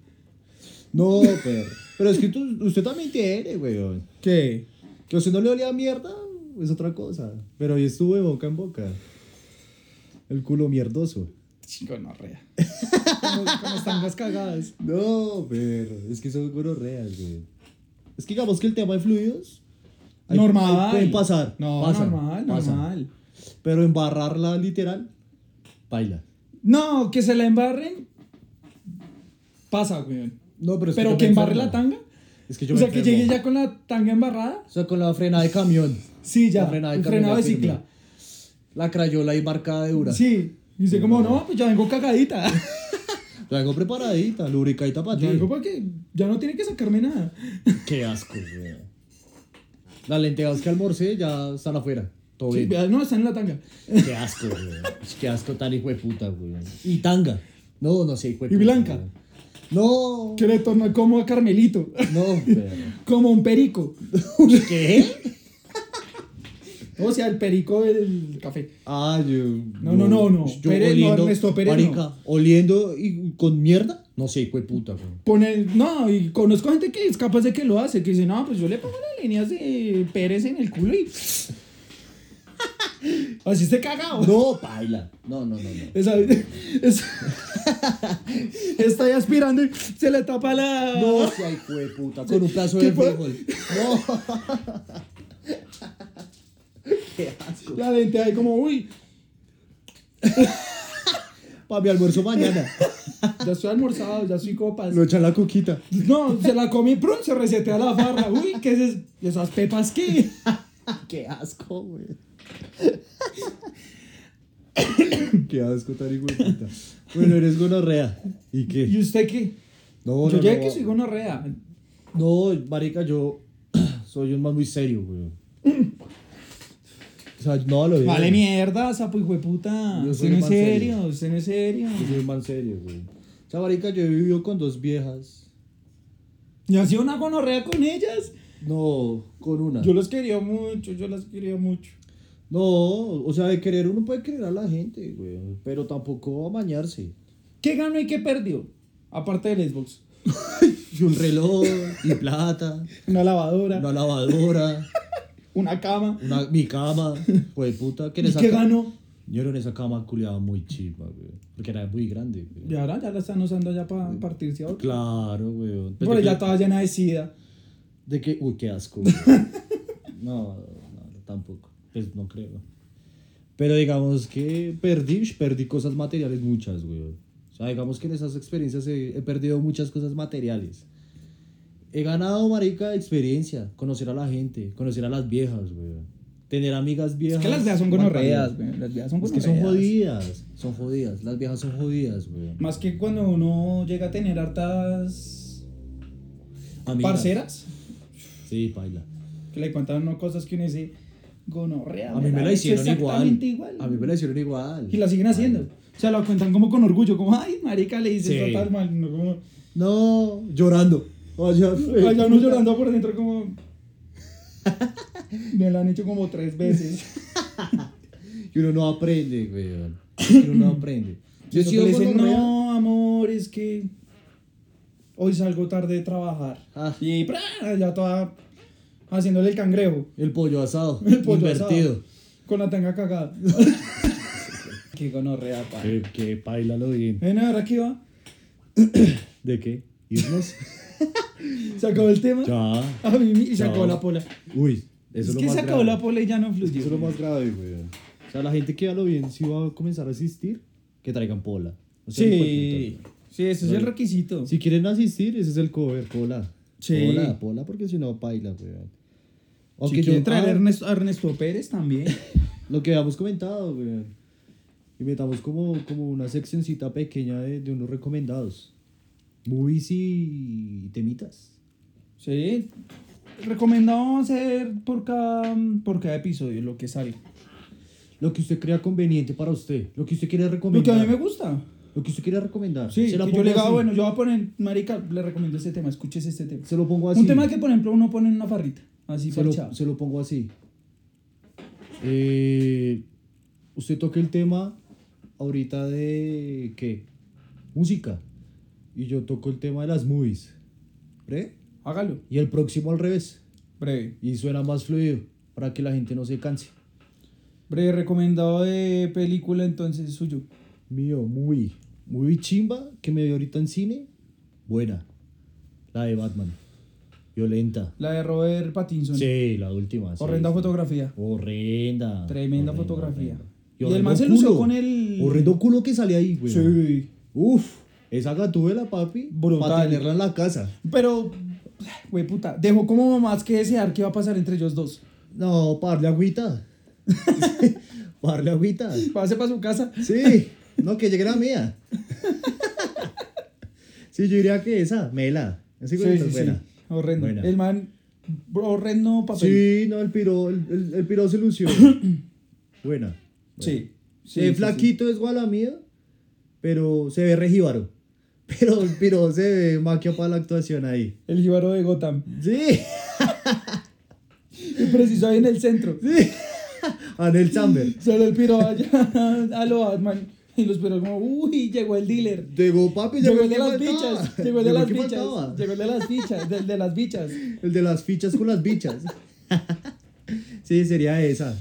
[SPEAKER 2] No, pero. Pero es que tú- usted también tiene, weón.
[SPEAKER 1] ¿Qué?
[SPEAKER 2] Que usted no le olía a mierda es otra cosa. Pero ahí estuvo de boca en boca. El culo mierdoso.
[SPEAKER 1] Chico, no
[SPEAKER 2] (laughs)
[SPEAKER 1] rea. ¿Cómo, cómo están las cagadas?
[SPEAKER 2] No, pero es que son gonorreas, güey. Es que digamos que el tema de fluidos. ahí-
[SPEAKER 1] normal.
[SPEAKER 2] ahí Pueden pasar.
[SPEAKER 1] No,
[SPEAKER 2] pasan,
[SPEAKER 1] normal,
[SPEAKER 2] pasan.
[SPEAKER 1] normal.
[SPEAKER 2] Pero embarrarla literal, baila.
[SPEAKER 1] No, que se la embarren. Pasa, weón.
[SPEAKER 2] No, pero es
[SPEAKER 1] Pero
[SPEAKER 2] yo
[SPEAKER 1] que
[SPEAKER 2] me
[SPEAKER 1] embarre la
[SPEAKER 2] enfermo.
[SPEAKER 1] tanga.
[SPEAKER 2] Es que
[SPEAKER 1] O
[SPEAKER 2] yo me
[SPEAKER 1] sea, que
[SPEAKER 2] enfermo.
[SPEAKER 1] llegue ya con la tanga embarrada.
[SPEAKER 2] O sea, con la frenada de camión.
[SPEAKER 1] Sí, ya.
[SPEAKER 2] La frenada de
[SPEAKER 1] un
[SPEAKER 2] camión,
[SPEAKER 1] frenado de
[SPEAKER 2] ya firme.
[SPEAKER 1] cicla.
[SPEAKER 2] La crayola y marcada de dura.
[SPEAKER 1] Sí. Y dice, como no, pues ya vengo
[SPEAKER 2] (laughs)
[SPEAKER 1] cagadita.
[SPEAKER 2] La vengo preparadita, lubricadita para ti.
[SPEAKER 1] Ya vengo porque ya no tiene que sacarme nada.
[SPEAKER 2] Qué asco, güey. Las lentejas que almorcé ya están afuera.
[SPEAKER 1] (laughs)
[SPEAKER 2] Todo
[SPEAKER 1] Sí,
[SPEAKER 2] bien.
[SPEAKER 1] vea, no, está en la tanga.
[SPEAKER 2] Qué asco, güey. Qué asco tan hijo de puta, güey. Y tanga. No, no sé, hijo de
[SPEAKER 1] Y
[SPEAKER 2] puta,
[SPEAKER 1] blanca.
[SPEAKER 2] güey. No.
[SPEAKER 1] Que le torna como a Carmelito. (laughs)
[SPEAKER 2] No, pero.
[SPEAKER 1] Como a un perico.
[SPEAKER 2] ¿Qué?
[SPEAKER 1] O sea, el perico del café.
[SPEAKER 2] Ah, yo.
[SPEAKER 1] No, no, no, no. Pérez, no, Ernesto Pérez, no.
[SPEAKER 2] marica, oliendo y con mierda. No sé, hijo de puta, güey.
[SPEAKER 1] Pone, no, y conozco gente que es capaz de que lo hace, que dice, no, pues yo le pongo las líneas de Pérez en el culo y. (laughs) Así esté cagado.
[SPEAKER 2] No, paila. No, no, no, no.
[SPEAKER 1] Esa- (laughs) es- está ahí aspirando y se le tapa la.
[SPEAKER 2] No, sea hijo de puta. Con un plazo
[SPEAKER 1] ¿Qué
[SPEAKER 2] de
[SPEAKER 1] fue?
[SPEAKER 2] frijol. No. Qué asco.
[SPEAKER 1] La gente ahí como, uy,
[SPEAKER 2] Para mi almuerzo mañana.
[SPEAKER 1] ya estoy almorzado, ya soy copas.
[SPEAKER 2] Lo echan la coquita.
[SPEAKER 1] No, se la comí prun, se resetea la farra. Uy, ¿qué es es- esas pepas qué?
[SPEAKER 2] (laughs) Qué asco, güey. Qué asco, tan hijo de puta. Bueno, eres gonorrea. ¿Y qué?
[SPEAKER 1] ¿Y usted qué?
[SPEAKER 2] No,
[SPEAKER 1] yo
[SPEAKER 2] no,
[SPEAKER 1] llegué
[SPEAKER 2] no.
[SPEAKER 1] que soy gonorrea.
[SPEAKER 2] No, marica, yo (clears throat) soy un man muy serio, güey. O sea, no lo veo.
[SPEAKER 1] Vale mierda, sapo hijo de puta.
[SPEAKER 2] Yo soy
[SPEAKER 1] Usted no
[SPEAKER 2] un
[SPEAKER 1] es
[SPEAKER 2] man
[SPEAKER 1] serio,
[SPEAKER 2] serio.
[SPEAKER 1] usted no es serio.
[SPEAKER 2] Yo soy un man serio, güey. O sea, marica, yo he vivido con dos viejas.
[SPEAKER 1] Y hacía una gonorrea con ellas.
[SPEAKER 2] No, con una.
[SPEAKER 1] Yo los quería mucho, yo las quería mucho.
[SPEAKER 2] No, o sea, de querer uno puede querer a la gente, güey. Pero tampoco
[SPEAKER 1] (laughs)
[SPEAKER 2] a mañarse.
[SPEAKER 1] ¿Qué ganó y qué perdió? Aparte del Xbox.
[SPEAKER 2] Y un reloj, y plata,
[SPEAKER 1] Una lavadora,
[SPEAKER 2] una lavadora,
[SPEAKER 1] una cama.
[SPEAKER 2] una, mi cama. Pues puta, que en
[SPEAKER 1] ¿Y
[SPEAKER 2] esa
[SPEAKER 1] qué
[SPEAKER 2] ca-
[SPEAKER 1] ganó?
[SPEAKER 2] Yo era en esa cama culiada muy chiva, güey. Porque era muy grande, güey.
[SPEAKER 1] Y ahora ya la están usando ya para partirse ahora.
[SPEAKER 2] Claro, Pues güey.
[SPEAKER 1] Pero ya estaba llena de sida.
[SPEAKER 2] De que, uy, qué
[SPEAKER 1] (laughs)
[SPEAKER 2] asco. güey. no, no, tampoco. Pues no creo. Pero digamos que perdí, sh, perdí cosas materiales muchas, güey. O sea, digamos que en esas experiencias he, he perdido muchas cosas materiales. He ganado, marica, experiencia, conocer a la gente, conocer a las viejas, güey. Tener amigas
[SPEAKER 1] Es
[SPEAKER 2] viejas.
[SPEAKER 1] que las veas son
[SPEAKER 2] gonorreas,
[SPEAKER 1] gonorreas, güey. Las veas son
[SPEAKER 2] Es
[SPEAKER 1] gonorreas.
[SPEAKER 2] que son jodidas, son jodidas. Las viejas son jodidas, güey.
[SPEAKER 1] Más que cuando uno llega a tener hartas
[SPEAKER 2] Amigas.
[SPEAKER 1] parceras,
[SPEAKER 2] Sí, paila.
[SPEAKER 1] que le cuentan uno cosas que uno dice, gonorrea.
[SPEAKER 2] A mí me la
[SPEAKER 1] hizo
[SPEAKER 2] hicieron igual.
[SPEAKER 1] exactamente igual.
[SPEAKER 2] A mí me la hicieron igual.
[SPEAKER 1] Y la siguen haciendo. O sea, la cuentan como con orgullo, como, ay, marica, le dices
[SPEAKER 2] Sí.
[SPEAKER 1] total mal. no como,
[SPEAKER 2] No, llorando. Allá,
[SPEAKER 1] allá uno llorando por dentro como... Me la han hecho como tres veces. (coughs)
[SPEAKER 2] Y uno no aprende, güey. uno no aprende. (laughs) Yo he
[SPEAKER 1] Eso que
[SPEAKER 2] sido
[SPEAKER 1] le dicen,
[SPEAKER 2] gonorrea.
[SPEAKER 1] no, amor, es que hoy salgo tarde de trabajar.
[SPEAKER 2] Ah.
[SPEAKER 1] Y ¡pra! ya toda haciéndole el cangrejo.
[SPEAKER 2] El pollo asado.
[SPEAKER 1] (laughs) El pollo
[SPEAKER 2] Invertido.
[SPEAKER 1] asado. Con la tanga cagada. (laughs) Qué gonorrea, pa.
[SPEAKER 2] Qué, qué paila lo bien.
[SPEAKER 1] Bueno, ahora aquí va.
[SPEAKER 2] ¿De qué? (laughs) ¿Irnos?
[SPEAKER 1] Se acabó el tema.
[SPEAKER 2] ya.
[SPEAKER 1] A mí mi- y se
[SPEAKER 2] Chao.
[SPEAKER 1] acabó la pola.
[SPEAKER 2] Uy,
[SPEAKER 1] Es
[SPEAKER 2] eso es lo
[SPEAKER 1] que
[SPEAKER 2] más
[SPEAKER 1] se acabó
[SPEAKER 2] grave.
[SPEAKER 1] la pola y ya no
[SPEAKER 2] Es que
[SPEAKER 1] fluyó.
[SPEAKER 2] eso es lo más grave, güey. O sea, la gente que a lo bien sí va a comenzar a asistir, que traigan pola. O sea, hijo de
[SPEAKER 1] Sí,
[SPEAKER 2] puta,
[SPEAKER 1] sí, eso es
[SPEAKER 2] No
[SPEAKER 1] el
[SPEAKER 2] le-
[SPEAKER 1] requisito.
[SPEAKER 2] güey. Si quieren asistir, ese es el cover, pola.
[SPEAKER 1] Sí.
[SPEAKER 2] Pola, pola, porque si no, paila, güey.
[SPEAKER 1] Si
[SPEAKER 2] Aunque yo-
[SPEAKER 1] quieren traer a
[SPEAKER 2] ah,
[SPEAKER 1] Ernesto, a Ernesto Pérez
[SPEAKER 2] (laughs)
[SPEAKER 1] también.
[SPEAKER 2] Lo que habíamos comentado, güey. Y metamos como, como una seccioncita pequeña de, de unos recomendados. Movies y temitas.
[SPEAKER 1] Sí. Recomendado hacer por cada, por cada episodio lo que sale.
[SPEAKER 2] Lo que usted crea conveniente para usted. Lo que usted quiere
[SPEAKER 1] Lo que a
[SPEAKER 2] recomendar.
[SPEAKER 1] mí me gusta.
[SPEAKER 2] Lo que usted quiere recomendar.
[SPEAKER 1] Sí,
[SPEAKER 2] Se la
[SPEAKER 1] que yo
[SPEAKER 2] pongo
[SPEAKER 1] le digo,
[SPEAKER 2] así.
[SPEAKER 1] "Ah, bueno, yo voy a poner, marica, le recomiendo este tema, escuches este tema.
[SPEAKER 2] Se lo pongo así.
[SPEAKER 1] Un tema que, por ejemplo, uno pone en una farrita, así
[SPEAKER 2] se lo,
[SPEAKER 1] parchado.
[SPEAKER 2] se lo pongo así. Eh, usted toca el tema ahorita de qué? Música. Y yo toco el tema de las movies. ¿Pre?
[SPEAKER 1] Hágalo,
[SPEAKER 2] Y el próximo al revés.
[SPEAKER 1] breve.
[SPEAKER 2] Y suena más fluido para que la gente no se canse.
[SPEAKER 1] Breve, recomendado de película, entonces, suyo.
[SPEAKER 2] Mío, muy, muy chimba que me vi ahorita en cine. Buena. La de Batman. Violenta.
[SPEAKER 1] La de Robert Pattinson.
[SPEAKER 2] Sí, la última. sí.
[SPEAKER 1] Horrenda fotografía.
[SPEAKER 2] Horrenda.
[SPEAKER 1] Tremenda
[SPEAKER 2] Horrenda,
[SPEAKER 1] fotografía.
[SPEAKER 2] horrenda.
[SPEAKER 1] Y el
[SPEAKER 2] horrendo
[SPEAKER 1] man se lució
[SPEAKER 2] culo.
[SPEAKER 1] con el-
[SPEAKER 2] Horrendo culo que sale ahí, güey.
[SPEAKER 1] Sí.
[SPEAKER 2] Uf, esa gatúbela, papi.
[SPEAKER 1] Brutal.
[SPEAKER 2] Para tenerla en la casa.
[SPEAKER 1] Pero, güey, puta, dejó como más que desear qué va a pasar entre ellos dos.
[SPEAKER 2] No, parle agüita. (laughs) parle agüita.
[SPEAKER 1] Pase para su casa.
[SPEAKER 2] Sí, no, que llegue la mía. (laughs) sí, yo diría que esa, mela. Así
[SPEAKER 1] Sí,
[SPEAKER 2] que
[SPEAKER 1] sí,
[SPEAKER 2] buena.
[SPEAKER 1] sí. Horrendo.
[SPEAKER 2] Buena.
[SPEAKER 1] El man, horrendo papel.
[SPEAKER 2] Sí, no, el piro, el, el, el piro se lució.
[SPEAKER 1] (coughs)
[SPEAKER 2] buena.
[SPEAKER 1] Sí.
[SPEAKER 2] Sí, Eh, flaquito es igual a mía, pero se ve regíbaro. (laughs) Pero el piro se ve maquia para la actuación ahí.
[SPEAKER 1] El jíbaro de Gotham.
[SPEAKER 2] Sí, (laughs)
[SPEAKER 1] Y preciso ahí en el centro.
[SPEAKER 2] sí. Anel Chamber.
[SPEAKER 1] Solo el piro allá (laughs) a lo Batman. Y los piros como, uy, llegó el dealer.
[SPEAKER 2] Llegó papi,
[SPEAKER 1] Llegó
[SPEAKER 2] llegó,
[SPEAKER 1] el de
[SPEAKER 2] que
[SPEAKER 1] las
[SPEAKER 2] faltaba.
[SPEAKER 1] bichas. Llegó el de las
[SPEAKER 2] que
[SPEAKER 1] bichas.
[SPEAKER 2] faltaba.
[SPEAKER 1] Llegó el de las bichas. Del de las
[SPEAKER 2] (laughs)
[SPEAKER 1] bichas.
[SPEAKER 2] El de las fichas con
[SPEAKER 1] (laughs)
[SPEAKER 2] las bichas. sí, sería esa.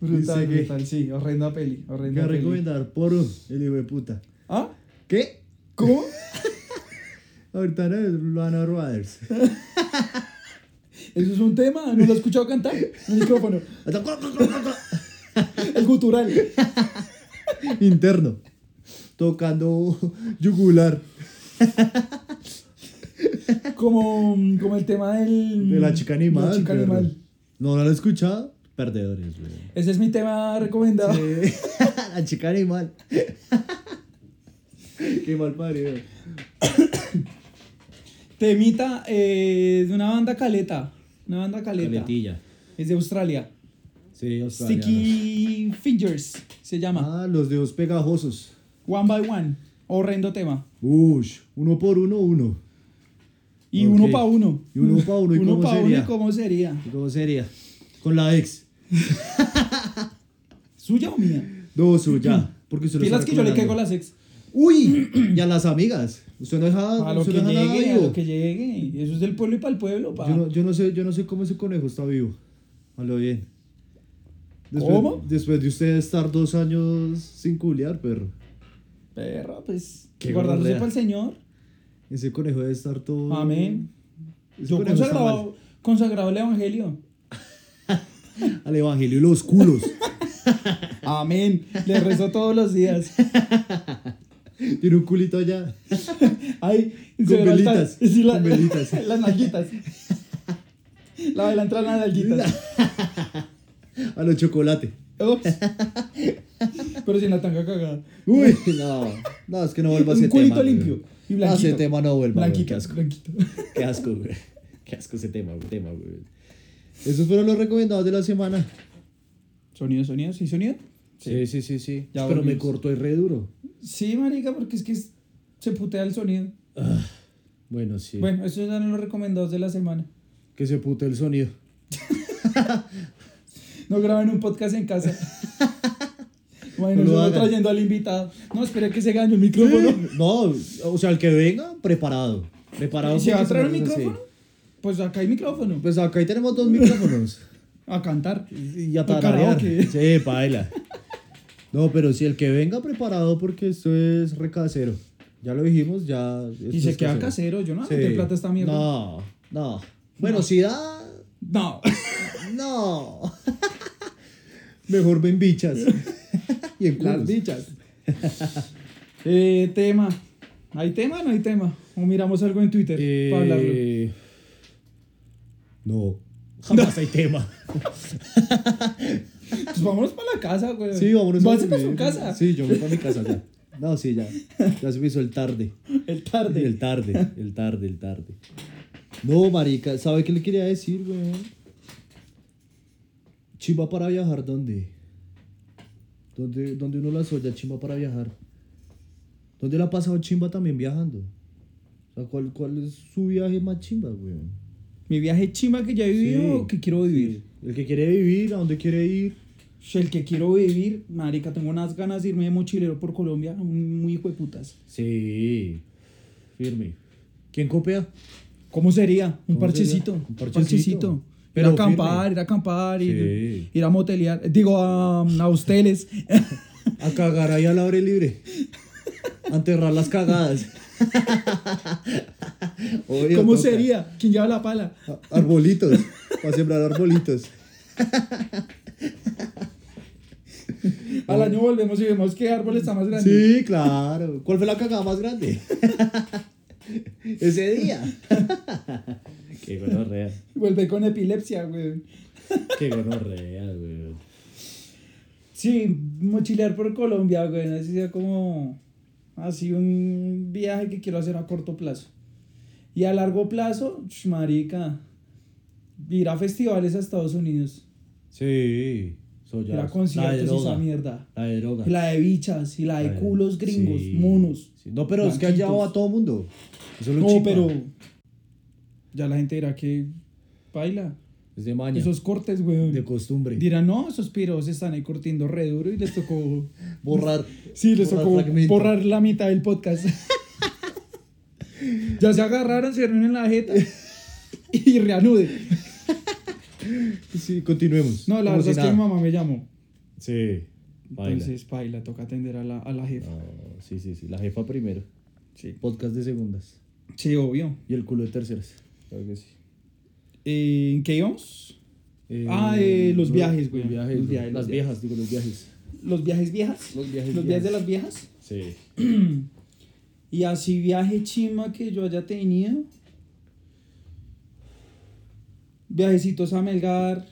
[SPEAKER 1] Brutal,
[SPEAKER 2] Dice que-
[SPEAKER 1] brutal. Sí, horrenda peli.
[SPEAKER 2] ¿Qué
[SPEAKER 1] Horrenda
[SPEAKER 2] va a
[SPEAKER 1] peli.
[SPEAKER 2] recomendar? Por un, el hijo de puta.
[SPEAKER 1] ¿Ah?
[SPEAKER 2] ¿Qué?
[SPEAKER 1] ¿Cómo?
[SPEAKER 2] Ahorita no es Luana
[SPEAKER 1] (laughs)
[SPEAKER 2] Brothers.
[SPEAKER 1] Eso es un tema. No lo he escuchado cantar. El micrófono. El gutural.
[SPEAKER 2] Interno. Tocando yugular.
[SPEAKER 1] Como, como el tema del.
[SPEAKER 2] De la chica animal.
[SPEAKER 1] Mm, La chica
[SPEAKER 2] perro.
[SPEAKER 1] animal.
[SPEAKER 2] No, no lo he escuchado. Perdedores, güey.
[SPEAKER 1] (laughs) Ese es mi tema recomendado.
[SPEAKER 2] Eh, la chica animal. (laughs) Qué mal parido.
[SPEAKER 1] Temita eh, de una banda caleta. Una banda caleta. Es de Australia.
[SPEAKER 2] Sí, australianos.
[SPEAKER 1] Sticky Fingers se llama.
[SPEAKER 2] Ah, los dedos pegajosos.
[SPEAKER 1] One by One. Horrendo tema.
[SPEAKER 2] Ush, uno por uno, uno.
[SPEAKER 1] Y
[SPEAKER 2] Ok.
[SPEAKER 1] uno pa' uno.
[SPEAKER 2] Y uno pa' uno, ¿y cómo
[SPEAKER 1] pa'
[SPEAKER 2] sería?
[SPEAKER 1] uno, ¿y cómo sería?
[SPEAKER 2] ¿Y cómo sería? Con la ex.
[SPEAKER 1] ¿Suya o mía?
[SPEAKER 2] Dos o ya. Porque usted lo está
[SPEAKER 1] Pilas que yo le caigo
[SPEAKER 2] recomendando.
[SPEAKER 1] a las ex.
[SPEAKER 2] ¡Uy! Y a las amigas. Usted no deja.
[SPEAKER 1] A lo
[SPEAKER 2] usted
[SPEAKER 1] que
[SPEAKER 2] no deja nada
[SPEAKER 1] llegue, a
[SPEAKER 2] vivo.
[SPEAKER 1] lo que llegue. Eso es del pueblo y para el pueblo, pa.
[SPEAKER 2] Yo no, yo no sé, yo no sé cómo ese conejo está vivo. A lo bien. Después,
[SPEAKER 1] ¿Cómo?
[SPEAKER 2] Después de usted estar dos años sin culiar, perro.
[SPEAKER 1] Perro, pues.
[SPEAKER 2] Qué
[SPEAKER 1] Guardándose
[SPEAKER 2] gonorrea.
[SPEAKER 1] para el señor.
[SPEAKER 2] Ese conejo debe estar todo.
[SPEAKER 1] Amén.
[SPEAKER 2] Ese
[SPEAKER 1] Yo
[SPEAKER 2] conejo está
[SPEAKER 1] consagrado, consagrado al evangelio.
[SPEAKER 2] mal. Al evangelio y los culos.
[SPEAKER 1] (laughs) Amén. Le rezo todos los días.
[SPEAKER 2] Tiene un culito allá.
[SPEAKER 1] Ay,
[SPEAKER 2] Con
[SPEAKER 1] se ve el altar.
[SPEAKER 2] velitas,
[SPEAKER 1] (laughs) Sí, la-
[SPEAKER 2] con velitas.
[SPEAKER 1] (laughs) Las nalguitas. La de la entrada, las nalguitas.
[SPEAKER 2] A los chocolate.
[SPEAKER 1] Ups. Pero sin la tanga cagada.
[SPEAKER 2] Uy, (laughs) no. No, es que no vuelva a ese
[SPEAKER 1] Un culito
[SPEAKER 2] tema.
[SPEAKER 1] limpio.
[SPEAKER 2] güey.
[SPEAKER 1] Y blanquito.
[SPEAKER 2] Ah, ese tema no vuelva, güey,
[SPEAKER 1] Blanquito,
[SPEAKER 2] qué asco.
[SPEAKER 1] blanquito.
[SPEAKER 2] Qué asco, güey. Qué asco ese tema, güey. tema, güey. Esos fueron los recomendados de la semana.
[SPEAKER 1] Sonido, sonido, sí, sonido.
[SPEAKER 2] Sí, sí, sí, sí.
[SPEAKER 1] Ya
[SPEAKER 2] Pero me
[SPEAKER 1] volvimos.
[SPEAKER 2] cortó el re duro.
[SPEAKER 1] Sí, marica, porque es que es- se putea el sonido.
[SPEAKER 2] Bueno, sí.
[SPEAKER 1] Bueno, esos eran los recomendados de la semana.
[SPEAKER 2] Que se pute el sonido. (laughs)
[SPEAKER 1] No graben un podcast en casa. Bueno,
[SPEAKER 2] No
[SPEAKER 1] se
[SPEAKER 2] lo
[SPEAKER 1] va
[SPEAKER 2] hagan.
[SPEAKER 1] trayendo al invitado. No, espera que se gane el
[SPEAKER 2] (laughs)
[SPEAKER 1] micrófono.
[SPEAKER 2] No, o sea, el que venga, preparado. Preparado.
[SPEAKER 1] ¿Y se va a
[SPEAKER 2] porque
[SPEAKER 1] traer un
[SPEAKER 2] nos hace-
[SPEAKER 1] micrófono? Pues acá hay micrófono.
[SPEAKER 2] Pues acá ahí tenemos
[SPEAKER 1] (laughs)
[SPEAKER 2] dos micrófonos.
[SPEAKER 1] A cantar.
[SPEAKER 2] Y a
[SPEAKER 1] Tu
[SPEAKER 2] tararear.
[SPEAKER 1] karaoke.
[SPEAKER 2] Sí, paila. No, pero si el que venga preparado, porque esto es recasero. Ya lo dijimos, ya. esto
[SPEAKER 1] Y se
[SPEAKER 2] es
[SPEAKER 1] queda casero. Yo no meter plata a esta mierda.
[SPEAKER 2] No, no. Bueno, si da.
[SPEAKER 1] No. (laughs)
[SPEAKER 2] No. (laughs) Mejor
[SPEAKER 1] (laughs)
[SPEAKER 2] ven bichas. y en
[SPEAKER 1] Las
[SPEAKER 2] culos. (laughs)
[SPEAKER 1] dichas. Eh, tema. ¿Hay tema o no hay tema? O miramos algo en Twitter para hablarlo.
[SPEAKER 2] Eh, No. Jamás hay tema.
[SPEAKER 1] Pues vámonos para la casa, güey.
[SPEAKER 2] Sí, vámonos.
[SPEAKER 1] Vas
[SPEAKER 2] a
[SPEAKER 1] para su
[SPEAKER 2] dormir.
[SPEAKER 1] casa.
[SPEAKER 2] Sí, yo voy para mi casa ya. No, sí, ya. Ya se me hizo el tarde.
[SPEAKER 1] (laughs) El tarde.
[SPEAKER 2] El tarde, el tarde, el tarde. No, marica, ¿sabe qué le quería decir, weón? Chimba para viajar, ¿dónde? ¿Dónde, dónde uno la soya, chimba para viajar? ¿Dónde la ha pasado chimba también viajando? O sea, ¿cuál, cuál es su viaje más chimba, weón?
[SPEAKER 1] Mi viaje chimba que ya he vivido
[SPEAKER 2] Sí.
[SPEAKER 1] o que quiero vivir.
[SPEAKER 2] El que quiere vivir, ¿a dónde quiere ir?
[SPEAKER 1] Sh, El que quiero vivir, marica, tengo unas ganas de irme de mochilero por Colombia, un- muy hijo de putas.
[SPEAKER 2] Sí, firme. ¿Quién copia?
[SPEAKER 1] ¿Cómo sería? Un
[SPEAKER 2] ¿Cómo
[SPEAKER 1] parchecito.
[SPEAKER 2] sería? Un
[SPEAKER 1] Un
[SPEAKER 2] parchecito.
[SPEAKER 1] parchecito.
[SPEAKER 2] Pero
[SPEAKER 1] ir a acampar,
[SPEAKER 2] firme.
[SPEAKER 1] ir a acampar,
[SPEAKER 2] Sí.
[SPEAKER 1] ir, ir a motelear. Digo, a, a
[SPEAKER 2] (laughs)
[SPEAKER 1] hosteles.
[SPEAKER 2] A cagar ahí al aire libre. A enterrar las cagadas. Obvio,
[SPEAKER 1] ¿Cómo
[SPEAKER 2] toca.
[SPEAKER 1] sería? ¿Quién lleva la pala?
[SPEAKER 2] A- Arbolitos. Para sembrar arbolitos.
[SPEAKER 1] Al año volvemos y vemos qué árbol está más grande.
[SPEAKER 2] Sí, claro. ¿Cuál fue la cagada más grande? Ese día. Qué gonorrea.
[SPEAKER 1] Vuelve con epilepsia, güey.
[SPEAKER 2] Qué gonorrea, güey.
[SPEAKER 1] Sí, mochilear por Colombia, güey. Así sea como. Así un viaje que quiero hacer a corto plazo. Y a largo plazo, sh, marica. Ir a festivales a Estados Unidos.
[SPEAKER 2] Sí. Soy
[SPEAKER 1] ir a conciertos y esa mierda.
[SPEAKER 2] La de droga.
[SPEAKER 1] Y la de bichas y la de
[SPEAKER 2] Ay,
[SPEAKER 1] culos gringos,
[SPEAKER 2] sí.
[SPEAKER 1] monos.
[SPEAKER 2] Sí, No, pero es que han
[SPEAKER 1] blanquitos.
[SPEAKER 2] llevado a todo mundo. Eso es lo
[SPEAKER 1] No,
[SPEAKER 2] chimba.
[SPEAKER 1] pero. Ya la gente dirá que. Baila.
[SPEAKER 2] Es de maña.
[SPEAKER 1] Esos cortes, güey.
[SPEAKER 2] De costumbre.
[SPEAKER 1] Dirán, no, esos piros están ahí cortiendo re duro y les tocó.
[SPEAKER 2] Borrar.
[SPEAKER 1] Sí, les
[SPEAKER 2] borrar
[SPEAKER 1] tocó
[SPEAKER 2] fragmento.
[SPEAKER 1] borrar la mitad del
[SPEAKER 2] (laughs)
[SPEAKER 1] podcast. ya se agarraron, se reunieron la jeta y reanuden.
[SPEAKER 2] Sí, continuemos.
[SPEAKER 1] No, la
[SPEAKER 2] Como
[SPEAKER 1] verdad
[SPEAKER 2] si
[SPEAKER 1] es que
[SPEAKER 2] nada.
[SPEAKER 1] mi mamá me llamó.
[SPEAKER 2] Sí. baila.
[SPEAKER 1] Entonces, paila, toca atender a la, a la jefa.
[SPEAKER 2] No, sí, sí, sí. La jefa primero.
[SPEAKER 1] Sí.
[SPEAKER 2] Podcast de segundas.
[SPEAKER 1] Sí, obvio.
[SPEAKER 2] Y el culo de terceras. Claro que sí.
[SPEAKER 1] Eh, ¿En qué íbamos?
[SPEAKER 2] Eh,
[SPEAKER 1] Ah, eh, los
[SPEAKER 2] lo-
[SPEAKER 1] viajes, güey.
[SPEAKER 2] Los viajes.
[SPEAKER 1] Los
[SPEAKER 2] lo-
[SPEAKER 1] viajes,
[SPEAKER 2] las
[SPEAKER 1] los
[SPEAKER 2] viejas, digo, los viajes.
[SPEAKER 1] ¿Los viajes viejas?
[SPEAKER 2] Los viajes
[SPEAKER 1] ¿Los viajes de
[SPEAKER 2] viejas.
[SPEAKER 1] las viejas?
[SPEAKER 2] Sí.
[SPEAKER 1] Y así viaje chima que yo haya tenido. Viajecitos a Melgar,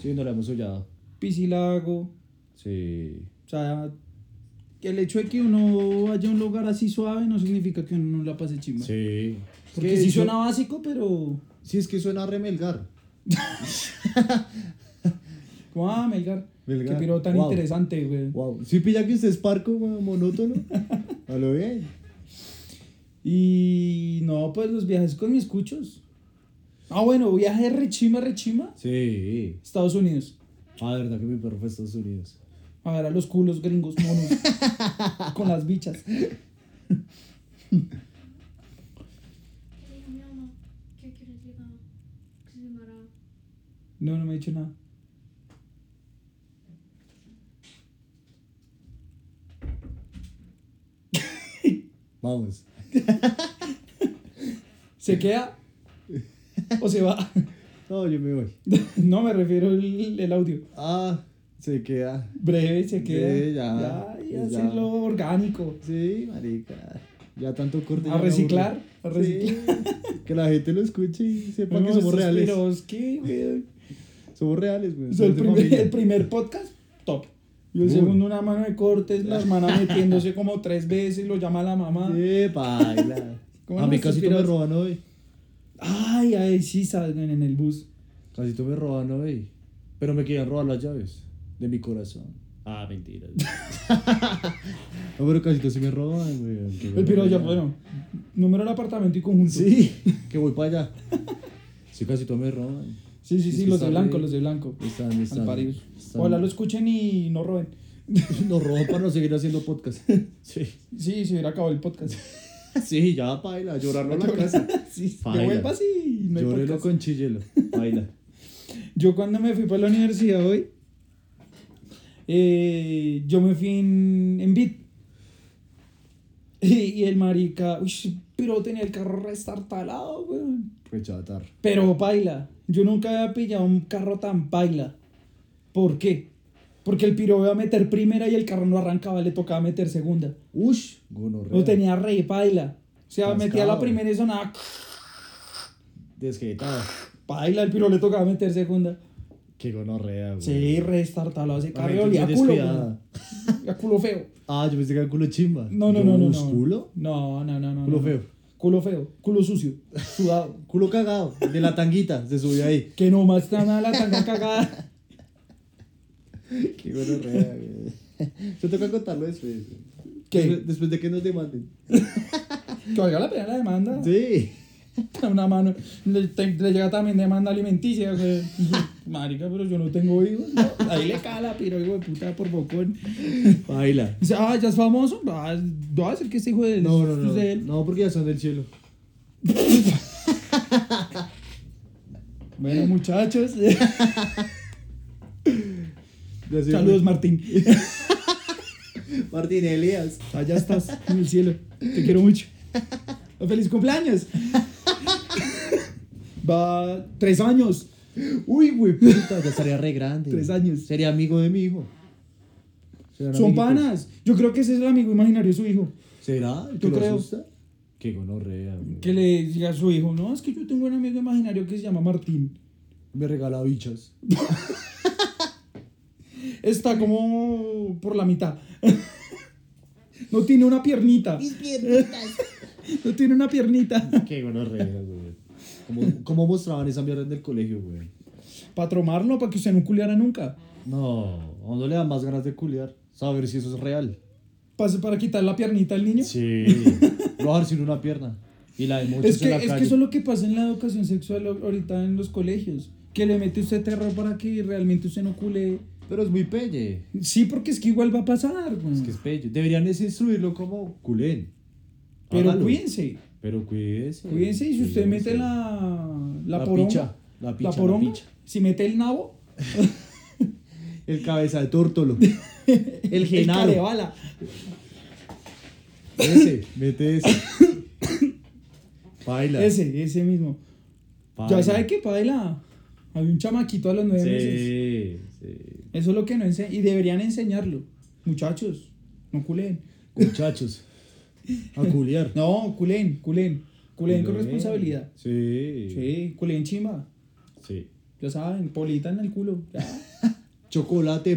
[SPEAKER 2] Sí, no la hemos soñado.
[SPEAKER 1] Pisilago.
[SPEAKER 2] Sí.
[SPEAKER 1] O sea, que el hecho de que uno vaya a un lugar así suave no significa que uno no la pase chimba.
[SPEAKER 2] Sí.
[SPEAKER 1] Porque sí suena básico, pero.
[SPEAKER 2] Sí, es que suena a remelgar.
[SPEAKER 1] Como, ah, Melgar.
[SPEAKER 2] Melgar.
[SPEAKER 1] Qué piro tan
[SPEAKER 2] Wow.
[SPEAKER 1] interesante, güey.
[SPEAKER 2] Wow. Sí, pilla que usted es parco,
[SPEAKER 1] (laughs)
[SPEAKER 2] güey, monótono. A lo bien.
[SPEAKER 1] Y no, pues los viajes con mis cuchos. Ah, bueno, viaje rechima, rechima.
[SPEAKER 2] Sí.
[SPEAKER 1] Estados Unidos.
[SPEAKER 2] Ah, de verdad que mi perro fue a Estados Unidos.
[SPEAKER 1] A ver a los culos gringos monos. con las bichas.
[SPEAKER 3] Le dije a mi mamá que a qué hora llegaba, que se demoraba.
[SPEAKER 1] No, no me ha dicho nada.
[SPEAKER 2] Vamos.
[SPEAKER 1] ¿Se queda? ¿O se va? (laughs)
[SPEAKER 2] No, yo me voy.
[SPEAKER 1] No, me refiero el, el audio.
[SPEAKER 2] Ah, se queda.
[SPEAKER 1] Breve, se queda.
[SPEAKER 2] Breve, ya,
[SPEAKER 1] ya. Ya,
[SPEAKER 2] ya.
[SPEAKER 1] hacerlo orgánico.
[SPEAKER 2] Sí, marica. Ya tanto corte.
[SPEAKER 1] A
[SPEAKER 2] ya me
[SPEAKER 1] reciclar,
[SPEAKER 2] aburre.
[SPEAKER 1] a reciclar.
[SPEAKER 2] Sí, que la gente lo escuche y sepa
[SPEAKER 1] No,
[SPEAKER 2] que somos
[SPEAKER 1] estos
[SPEAKER 2] reales.
[SPEAKER 1] piros, ¿qué,
[SPEAKER 2] Este
[SPEAKER 1] güey?
[SPEAKER 2] Somos reales, güey.
[SPEAKER 1] O sea, el,
[SPEAKER 2] somos de
[SPEAKER 1] primer,
[SPEAKER 2] familia.
[SPEAKER 1] el primer podcast, top. Y el
[SPEAKER 2] Uy.
[SPEAKER 1] segundo, una mano de cortes,
[SPEAKER 2] (laughs)
[SPEAKER 1] la hermana metiéndose como tres veces, lo llama la mamá.
[SPEAKER 2] Sí, baila.
[SPEAKER 1] ¿Cómo
[SPEAKER 2] A mí
[SPEAKER 1] no,
[SPEAKER 2] casito me
[SPEAKER 1] suspiras?
[SPEAKER 2] roban hoy.
[SPEAKER 1] Ay, ay, sí, salgan en el bus.
[SPEAKER 2] Casito me roban hoy. Pero me querían robar las llaves de mi corazón. Ah,
[SPEAKER 1] (laughs)
[SPEAKER 2] mentira. no, pero casito sí me roban, güey. qué
[SPEAKER 1] El piro ya,
[SPEAKER 2] barbaridad.
[SPEAKER 1] bueno, número del apartamento y conjunto.
[SPEAKER 2] Sí, que voy para allá. Sí, casito me roban.
[SPEAKER 1] sí, sí,
[SPEAKER 2] Es
[SPEAKER 1] sí,
[SPEAKER 2] que
[SPEAKER 1] los de
[SPEAKER 2] está
[SPEAKER 1] blanco,
[SPEAKER 2] re-
[SPEAKER 1] los de blanco.
[SPEAKER 2] Están, están.
[SPEAKER 1] Al paridos.
[SPEAKER 2] están-
[SPEAKER 1] Ojalá lo escuchen y no roben.
[SPEAKER 2] (laughs) Nos roban para no seguir haciendo podcast. (laughs) Sí.
[SPEAKER 1] Sí, se hubiera acabado el podcast.
[SPEAKER 2] Sí, ya baila, llorarlo en la (laughs) casa.
[SPEAKER 1] (laughs) Sí,
[SPEAKER 2] Paila.
[SPEAKER 1] que vuelvas y no hay
[SPEAKER 2] Llórelo
[SPEAKER 1] podcast.
[SPEAKER 2] con chillelo. Baila. (laughs)
[SPEAKER 1] Yo cuando me fui para la universidad hoy, eh, yo me fui en, en Bit. Y, y el marica, uy, pero tenía el carro restartalado, weón.
[SPEAKER 2] Pues Rechatar.
[SPEAKER 1] Pero paila, yo nunca había pillado un carro tan paila. ¿Por qué? Porque el piro iba a meter primera y el carro no arrancaba, le tocaba meter segunda.
[SPEAKER 2] Ush, gonorrea.
[SPEAKER 1] Lo tenía re paila. O sea,
[SPEAKER 2] Cascado.
[SPEAKER 1] metía la primera y sonaba (sniffs)
[SPEAKER 2] Desquetado.
[SPEAKER 1] paila, el piro le tocaba meter segunda.
[SPEAKER 2] (sighs) Qué gonorrea, güey.
[SPEAKER 1] Sí, restartalado ese
[SPEAKER 2] Mami,
[SPEAKER 1] carro,
[SPEAKER 2] tú
[SPEAKER 1] olía a
[SPEAKER 2] eres
[SPEAKER 1] culo,
[SPEAKER 2] cuidada.
[SPEAKER 1] (laughs) weón. a culo feo.
[SPEAKER 2] Ah, yo pensé que era culo chimba.
[SPEAKER 1] No, no,
[SPEAKER 2] Yo,
[SPEAKER 1] no, no,
[SPEAKER 2] ush,
[SPEAKER 1] no.
[SPEAKER 2] ¿Culo?
[SPEAKER 1] No, no, no, no.
[SPEAKER 2] Culo
[SPEAKER 1] no.
[SPEAKER 2] feo.
[SPEAKER 1] Culo feo, culo sucio, sudado.
[SPEAKER 2] Culo cagado. De la tanguita. Se subió ahí.
[SPEAKER 1] que nomás está nada la tanga cagada.
[SPEAKER 2] (laughs) Qué gonorrea, (laughs) güey. Se toca contarlo después.
[SPEAKER 1] ¿Qué?
[SPEAKER 2] Después, después de que nos demanden.
[SPEAKER 1] Que valga la pena la demanda.
[SPEAKER 2] (laughs) Sí.
[SPEAKER 1] (laughs) Una mano. Le, te- le llega también demanda alimenticia. güey. (laughs) Marica, pero yo no tengo hijos. ¿no? Ahí le cala, pero hijo de puta por bocón.
[SPEAKER 2] Baila.
[SPEAKER 1] Dice, ah, ya es famoso. Ah, no va a ser que este hijo de
[SPEAKER 2] No, no,
[SPEAKER 1] es de
[SPEAKER 2] no.
[SPEAKER 1] él.
[SPEAKER 2] No, porque ya son del cielo.
[SPEAKER 1] Bueno, muchachos.
[SPEAKER 2] Ya
[SPEAKER 1] (laughs)
[SPEAKER 2] se-
[SPEAKER 1] Saludos, Martín.
[SPEAKER 2] (laughs) Martín Elías.
[SPEAKER 1] Allá estás, en el cielo. Te quiero mucho. ¡Feliz cumpleaños! Va tres años.
[SPEAKER 2] Uy, güey, puta, ya estaría re grande.
[SPEAKER 1] Tres años.
[SPEAKER 2] Sería amigo de mi hijo. Serán
[SPEAKER 1] Son
[SPEAKER 2] amiguitos.
[SPEAKER 1] panas. Yo creo que ese es el amigo imaginario de su hijo.
[SPEAKER 2] ¿Será? ¿El que
[SPEAKER 1] Yo
[SPEAKER 2] lo
[SPEAKER 1] creo.
[SPEAKER 2] asusta? Qué gonorrea, güey.
[SPEAKER 1] Que le diga a su hijo, no, es que yo tengo un amigo imaginario que se llama Martín.
[SPEAKER 2] Me regala bichas.
[SPEAKER 1] Está como por la mitad. (laughs) No tiene una piernita. (laughs) No tiene una piernita.
[SPEAKER 2] Qué gonorrea, güey. ¿Cómo, cómo mostraban esa mierda en el colegio, güey?
[SPEAKER 1] Para tromarlo, para que usted no culiara nunca.
[SPEAKER 2] No, a uno le dan más ganas de culiar. Saber si eso es real.
[SPEAKER 1] Pase para quitar la piernita al niño.
[SPEAKER 2] Sí. (laughs) Lo bajar sin una pierna. Y la de muchos
[SPEAKER 1] Es
[SPEAKER 2] en
[SPEAKER 1] que,
[SPEAKER 2] la
[SPEAKER 1] es que
[SPEAKER 2] calle.
[SPEAKER 1] eso es lo que pasa en la educación sexual ahorita en los colegios. Que le mete usted terror para que realmente usted no cule.
[SPEAKER 2] Pero es muy pelle.
[SPEAKER 1] Sí, porque es que igual va a pasar, güey.
[SPEAKER 2] Es que es pelle. Deberían es instruirlo como culén.
[SPEAKER 1] Pero
[SPEAKER 2] Hágalo.
[SPEAKER 1] cuídense.
[SPEAKER 2] Pero cuídese.
[SPEAKER 1] Cuídense y si usted
[SPEAKER 2] cuídese.
[SPEAKER 1] mete la, la,
[SPEAKER 2] La
[SPEAKER 1] poronga,
[SPEAKER 2] picha, la picha, la
[SPEAKER 1] poronga,
[SPEAKER 2] picha.
[SPEAKER 1] si mete el nabo,
[SPEAKER 2] El cabeza de tórtolo. El
[SPEAKER 1] el
[SPEAKER 2] genaro.
[SPEAKER 1] carebala.
[SPEAKER 2] ese,
[SPEAKER 1] (coughs)
[SPEAKER 2] mete ese. Baila.
[SPEAKER 1] Ese, ese mismo. Ya sabe que paila. Había un chamaquito a los nueve meses.
[SPEAKER 2] Sí, sí.
[SPEAKER 1] Eso es lo que no enseñan. Y deberían enseñarlo. Muchachos, no culen.
[SPEAKER 2] Muchachos. A culiar.
[SPEAKER 1] No, culen, culen. Culen con responsabilidad.
[SPEAKER 2] Sí.
[SPEAKER 1] Sí, culen chimba.
[SPEAKER 2] Sí.
[SPEAKER 1] Ya saben, polita en el
[SPEAKER 2] (laughs)
[SPEAKER 1] culo. ya.
[SPEAKER 2] Chocolate,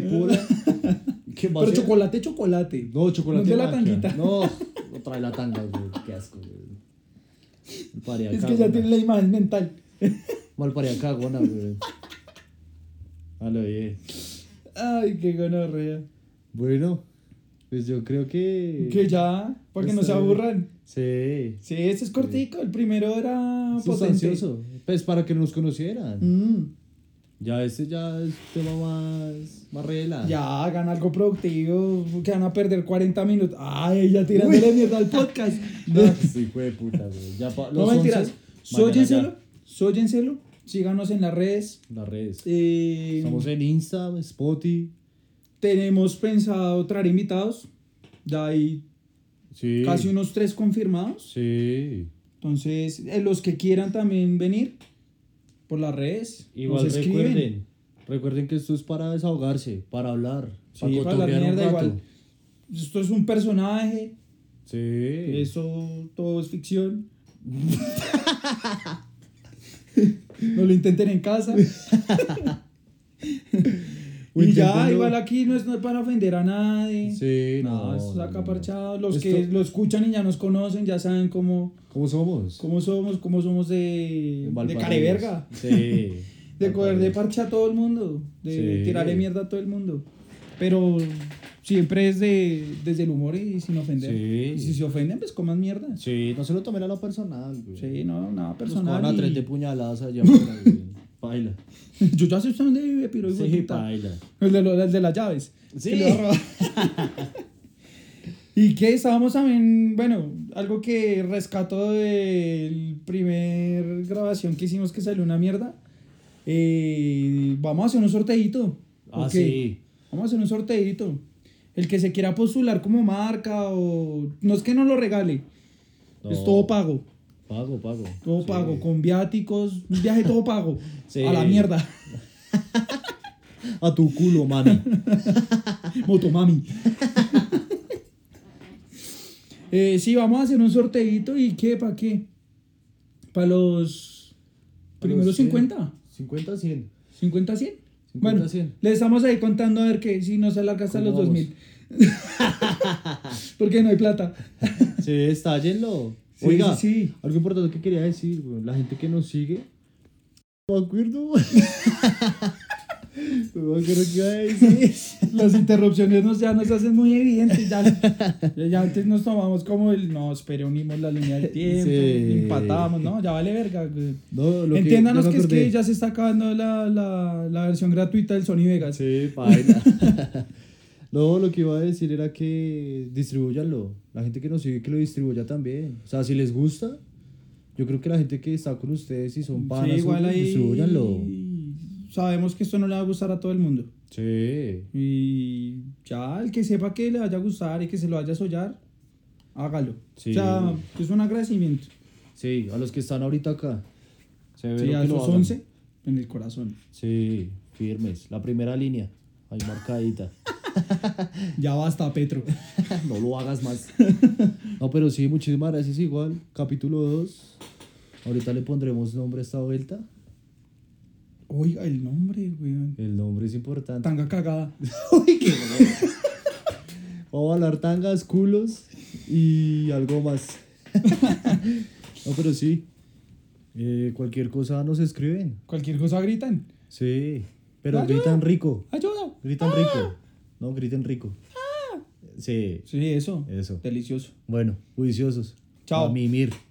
[SPEAKER 1] (laughs)
[SPEAKER 2] pola. ¿Qué más
[SPEAKER 1] Pero
[SPEAKER 2] era?
[SPEAKER 1] chocolate, chocolate.
[SPEAKER 2] No, chocolate.
[SPEAKER 1] No de la
[SPEAKER 2] maquia.
[SPEAKER 1] tanguita.
[SPEAKER 2] No, no trae la tanga, güey. Qué asco, güey. Mal paría
[SPEAKER 1] es que
[SPEAKER 2] cagona.
[SPEAKER 1] ya tiene la imagen mental.
[SPEAKER 2] Mal paría cagona, güey. A lo bien.
[SPEAKER 1] Ay, qué gonorrea.
[SPEAKER 2] Bueno, pues yo creo que.
[SPEAKER 1] Que ya, para que no se
[SPEAKER 2] Está bien.
[SPEAKER 1] aburran.
[SPEAKER 2] Este- Sí.
[SPEAKER 1] Sí, ese es cortico. El primero era potente.
[SPEAKER 2] Sustancioso. Pues para que nos conocieran.
[SPEAKER 1] Mm,
[SPEAKER 2] Ya este ya es tema más. Más relajado. (laughs)
[SPEAKER 1] ya hagan algo productivo. Que van a perder 40 minutos. Ay, ya tirándole mierda al podcast.
[SPEAKER 2] (laughs) No, Ah, sí, hijo de puta, güey. Ya pa,
[SPEAKER 1] no
[SPEAKER 2] los
[SPEAKER 1] mentiras.
[SPEAKER 2] 11, mañana
[SPEAKER 1] Sóyenselo.
[SPEAKER 2] ya.
[SPEAKER 1] Sóyenselo. Síganos en las redes.
[SPEAKER 2] Las redes.
[SPEAKER 1] Eh,
[SPEAKER 2] Estamos en Insta, Spotify.
[SPEAKER 1] Tenemos pensado traer invitados. Ya hay
[SPEAKER 2] Sí.
[SPEAKER 1] casi unos tres confirmados.
[SPEAKER 2] Sí.
[SPEAKER 1] Entonces, eh, los que quieran también venir por las redes,
[SPEAKER 2] Igual
[SPEAKER 1] nos escriben.
[SPEAKER 2] recuerden, recuerden que esto es para desahogarse, para hablar,
[SPEAKER 1] Sí,
[SPEAKER 2] para
[SPEAKER 1] para hablar
[SPEAKER 2] cotorrear un
[SPEAKER 1] mierda
[SPEAKER 2] rato.
[SPEAKER 1] igual. Esto es un personaje,
[SPEAKER 2] Sí.
[SPEAKER 1] eso todo es
[SPEAKER 2] (laughs)
[SPEAKER 1] ficción. no lo intenten en
[SPEAKER 2] (laughs)
[SPEAKER 1] casa.
[SPEAKER 2] O
[SPEAKER 1] y ya,
[SPEAKER 2] inténtenlo.
[SPEAKER 1] igual aquí no es no es para ofender a nadie.
[SPEAKER 2] Sí,
[SPEAKER 1] no,
[SPEAKER 2] no,
[SPEAKER 1] es
[SPEAKER 2] no,
[SPEAKER 1] acá
[SPEAKER 2] no.
[SPEAKER 1] parchado. Los
[SPEAKER 2] Esto-
[SPEAKER 1] que lo escuchan y ya nos conocen, ya saben cómo,
[SPEAKER 2] ¿Cómo somos?
[SPEAKER 1] cómo somos, cómo somos de, de
[SPEAKER 2] Valparaíso.
[SPEAKER 1] careverga.
[SPEAKER 2] Sí.
[SPEAKER 1] (laughs) De coger de
[SPEAKER 2] Valparaíso.
[SPEAKER 1] parche a todo el mundo, de
[SPEAKER 2] Sí.
[SPEAKER 1] tirarle mierda a todo el mundo. Pero siempre es de, desde el humor y sin ofender.
[SPEAKER 2] Sí.
[SPEAKER 1] Y si se ofenden, pues coman mierda. Sí,
[SPEAKER 2] Sí, no se lo tomen a lo personal, güey.
[SPEAKER 1] no, nada
[SPEAKER 2] Nos cojan
[SPEAKER 1] personal.
[SPEAKER 2] Pues a
[SPEAKER 1] y- (laughs)
[SPEAKER 2] tres de puñaladas allá afuera, güey. Paila.
[SPEAKER 1] Yo ya sé usted dónde vive, pero hijo de
[SPEAKER 2] Sí,
[SPEAKER 1] puta.
[SPEAKER 2] paila.
[SPEAKER 1] El de, lo- el de las llaves.
[SPEAKER 2] Sí.
[SPEAKER 1] Que le va a
[SPEAKER 2] (laughs)
[SPEAKER 1] robar. y que estábamos también, bueno, algo que rescato del primer grabación que hicimos que salió una mierda. Eh, vamos a hacer un sorteito.
[SPEAKER 2] Ah,
[SPEAKER 1] Ok.
[SPEAKER 2] sí.
[SPEAKER 1] Vamos a hacer un sorteito. El que se quiera postular como marca o... No es que no lo regale.
[SPEAKER 2] No.
[SPEAKER 1] Es todo pago.
[SPEAKER 2] Pago, pago.
[SPEAKER 1] Todo
[SPEAKER 2] Sí.
[SPEAKER 1] pago. Con viáticos. Un viaje todo pago.
[SPEAKER 2] (laughs) Sí.
[SPEAKER 1] A la mierda.
[SPEAKER 2] A tu
[SPEAKER 1] (laughs)
[SPEAKER 2] culo, mami. (laughs)
[SPEAKER 1] Motomami. eh, sí, vamos a hacer un sorteito y qué, ¿para qué? Para los primeros 50.
[SPEAKER 2] 50, 100.
[SPEAKER 1] 50, 100.
[SPEAKER 2] 50,
[SPEAKER 1] bueno,
[SPEAKER 2] 100.
[SPEAKER 1] le estamos ahí contando a ver que si nos alarga hasta
[SPEAKER 2] ¿Cómo
[SPEAKER 1] los
[SPEAKER 2] vamos?
[SPEAKER 1] 2000. (laughs) Porque no hay plata.
[SPEAKER 2] Sí, estallenlo.
[SPEAKER 1] Sí,
[SPEAKER 2] (laughs) Oiga,
[SPEAKER 1] sí, sí.
[SPEAKER 2] algo importante que quería decir, güey, La gente que nos
[SPEAKER 1] (laughs)
[SPEAKER 2] sigue. No me acuerdo. (laughs) no me acuerdo qué iba
[SPEAKER 1] (laughs)
[SPEAKER 2] a decir.
[SPEAKER 1] Las interrupciones nos, ya nos hacen muy evidentes. Ya, ya antes nos tomamos como el no, espere, unimos la línea del tiempo,
[SPEAKER 2] Sí.
[SPEAKER 1] empatamos, ¿no? Ya vale verga. güey.
[SPEAKER 2] No, lo
[SPEAKER 1] Entiéndanos
[SPEAKER 2] ya
[SPEAKER 1] que,
[SPEAKER 2] me
[SPEAKER 1] es que
[SPEAKER 2] acordé.
[SPEAKER 1] ya se está acabando la, la, la versión gratuita del Sony Vegas.
[SPEAKER 2] Sí, paila. (laughs) No, lo que iba a decir era que distribuyanlo. La gente que nos sigue que lo distribuya también. O sea, si les gusta, yo creo que la gente que está con ustedes y son panas,
[SPEAKER 1] Sí, igual
[SPEAKER 2] suyos, distribuyanlo.
[SPEAKER 1] ahí sabemos que esto no le va a gustar a todo el mundo.
[SPEAKER 2] Sí.
[SPEAKER 1] Y ya, el que sepa que le vaya a gustar y que se lo vaya a sollar, hágalo.
[SPEAKER 2] Sí.
[SPEAKER 1] O sea, es un agradecimiento.
[SPEAKER 2] Sí, a los que están ahorita acá. Se ve
[SPEAKER 1] Sí,
[SPEAKER 2] lo
[SPEAKER 1] a
[SPEAKER 2] que lo
[SPEAKER 1] esos
[SPEAKER 2] hagan.
[SPEAKER 1] 11 en el corazón.
[SPEAKER 2] Sí, firmes. La primera línea. Ahí marcadita.
[SPEAKER 1] Ya basta, Petro.
[SPEAKER 2] (laughs) no lo hagas más. No, pero sí, muchísimas gracias igual. Capítulo 2. Ahorita le pondremos nombre a esta vuelta.
[SPEAKER 1] Oiga, el nombre, weón.
[SPEAKER 2] El nombre es importante.
[SPEAKER 1] Tanga cagada. (laughs)
[SPEAKER 2] Vamos a hablar tangas, culos y algo más. (laughs) No, pero sí. Eh, cualquier cosa nos escriben.
[SPEAKER 1] Cualquier cosa gritan.
[SPEAKER 2] Sí. Pero
[SPEAKER 1] Ayuda.
[SPEAKER 2] gritan rico.
[SPEAKER 1] ¡Ayuda!
[SPEAKER 2] Gritan rico. No, griten rico. Sí.
[SPEAKER 1] Sí, eso.
[SPEAKER 2] Eso.
[SPEAKER 1] Delicioso.
[SPEAKER 2] Bueno, juiciosos.
[SPEAKER 1] Chao.
[SPEAKER 2] A mimir.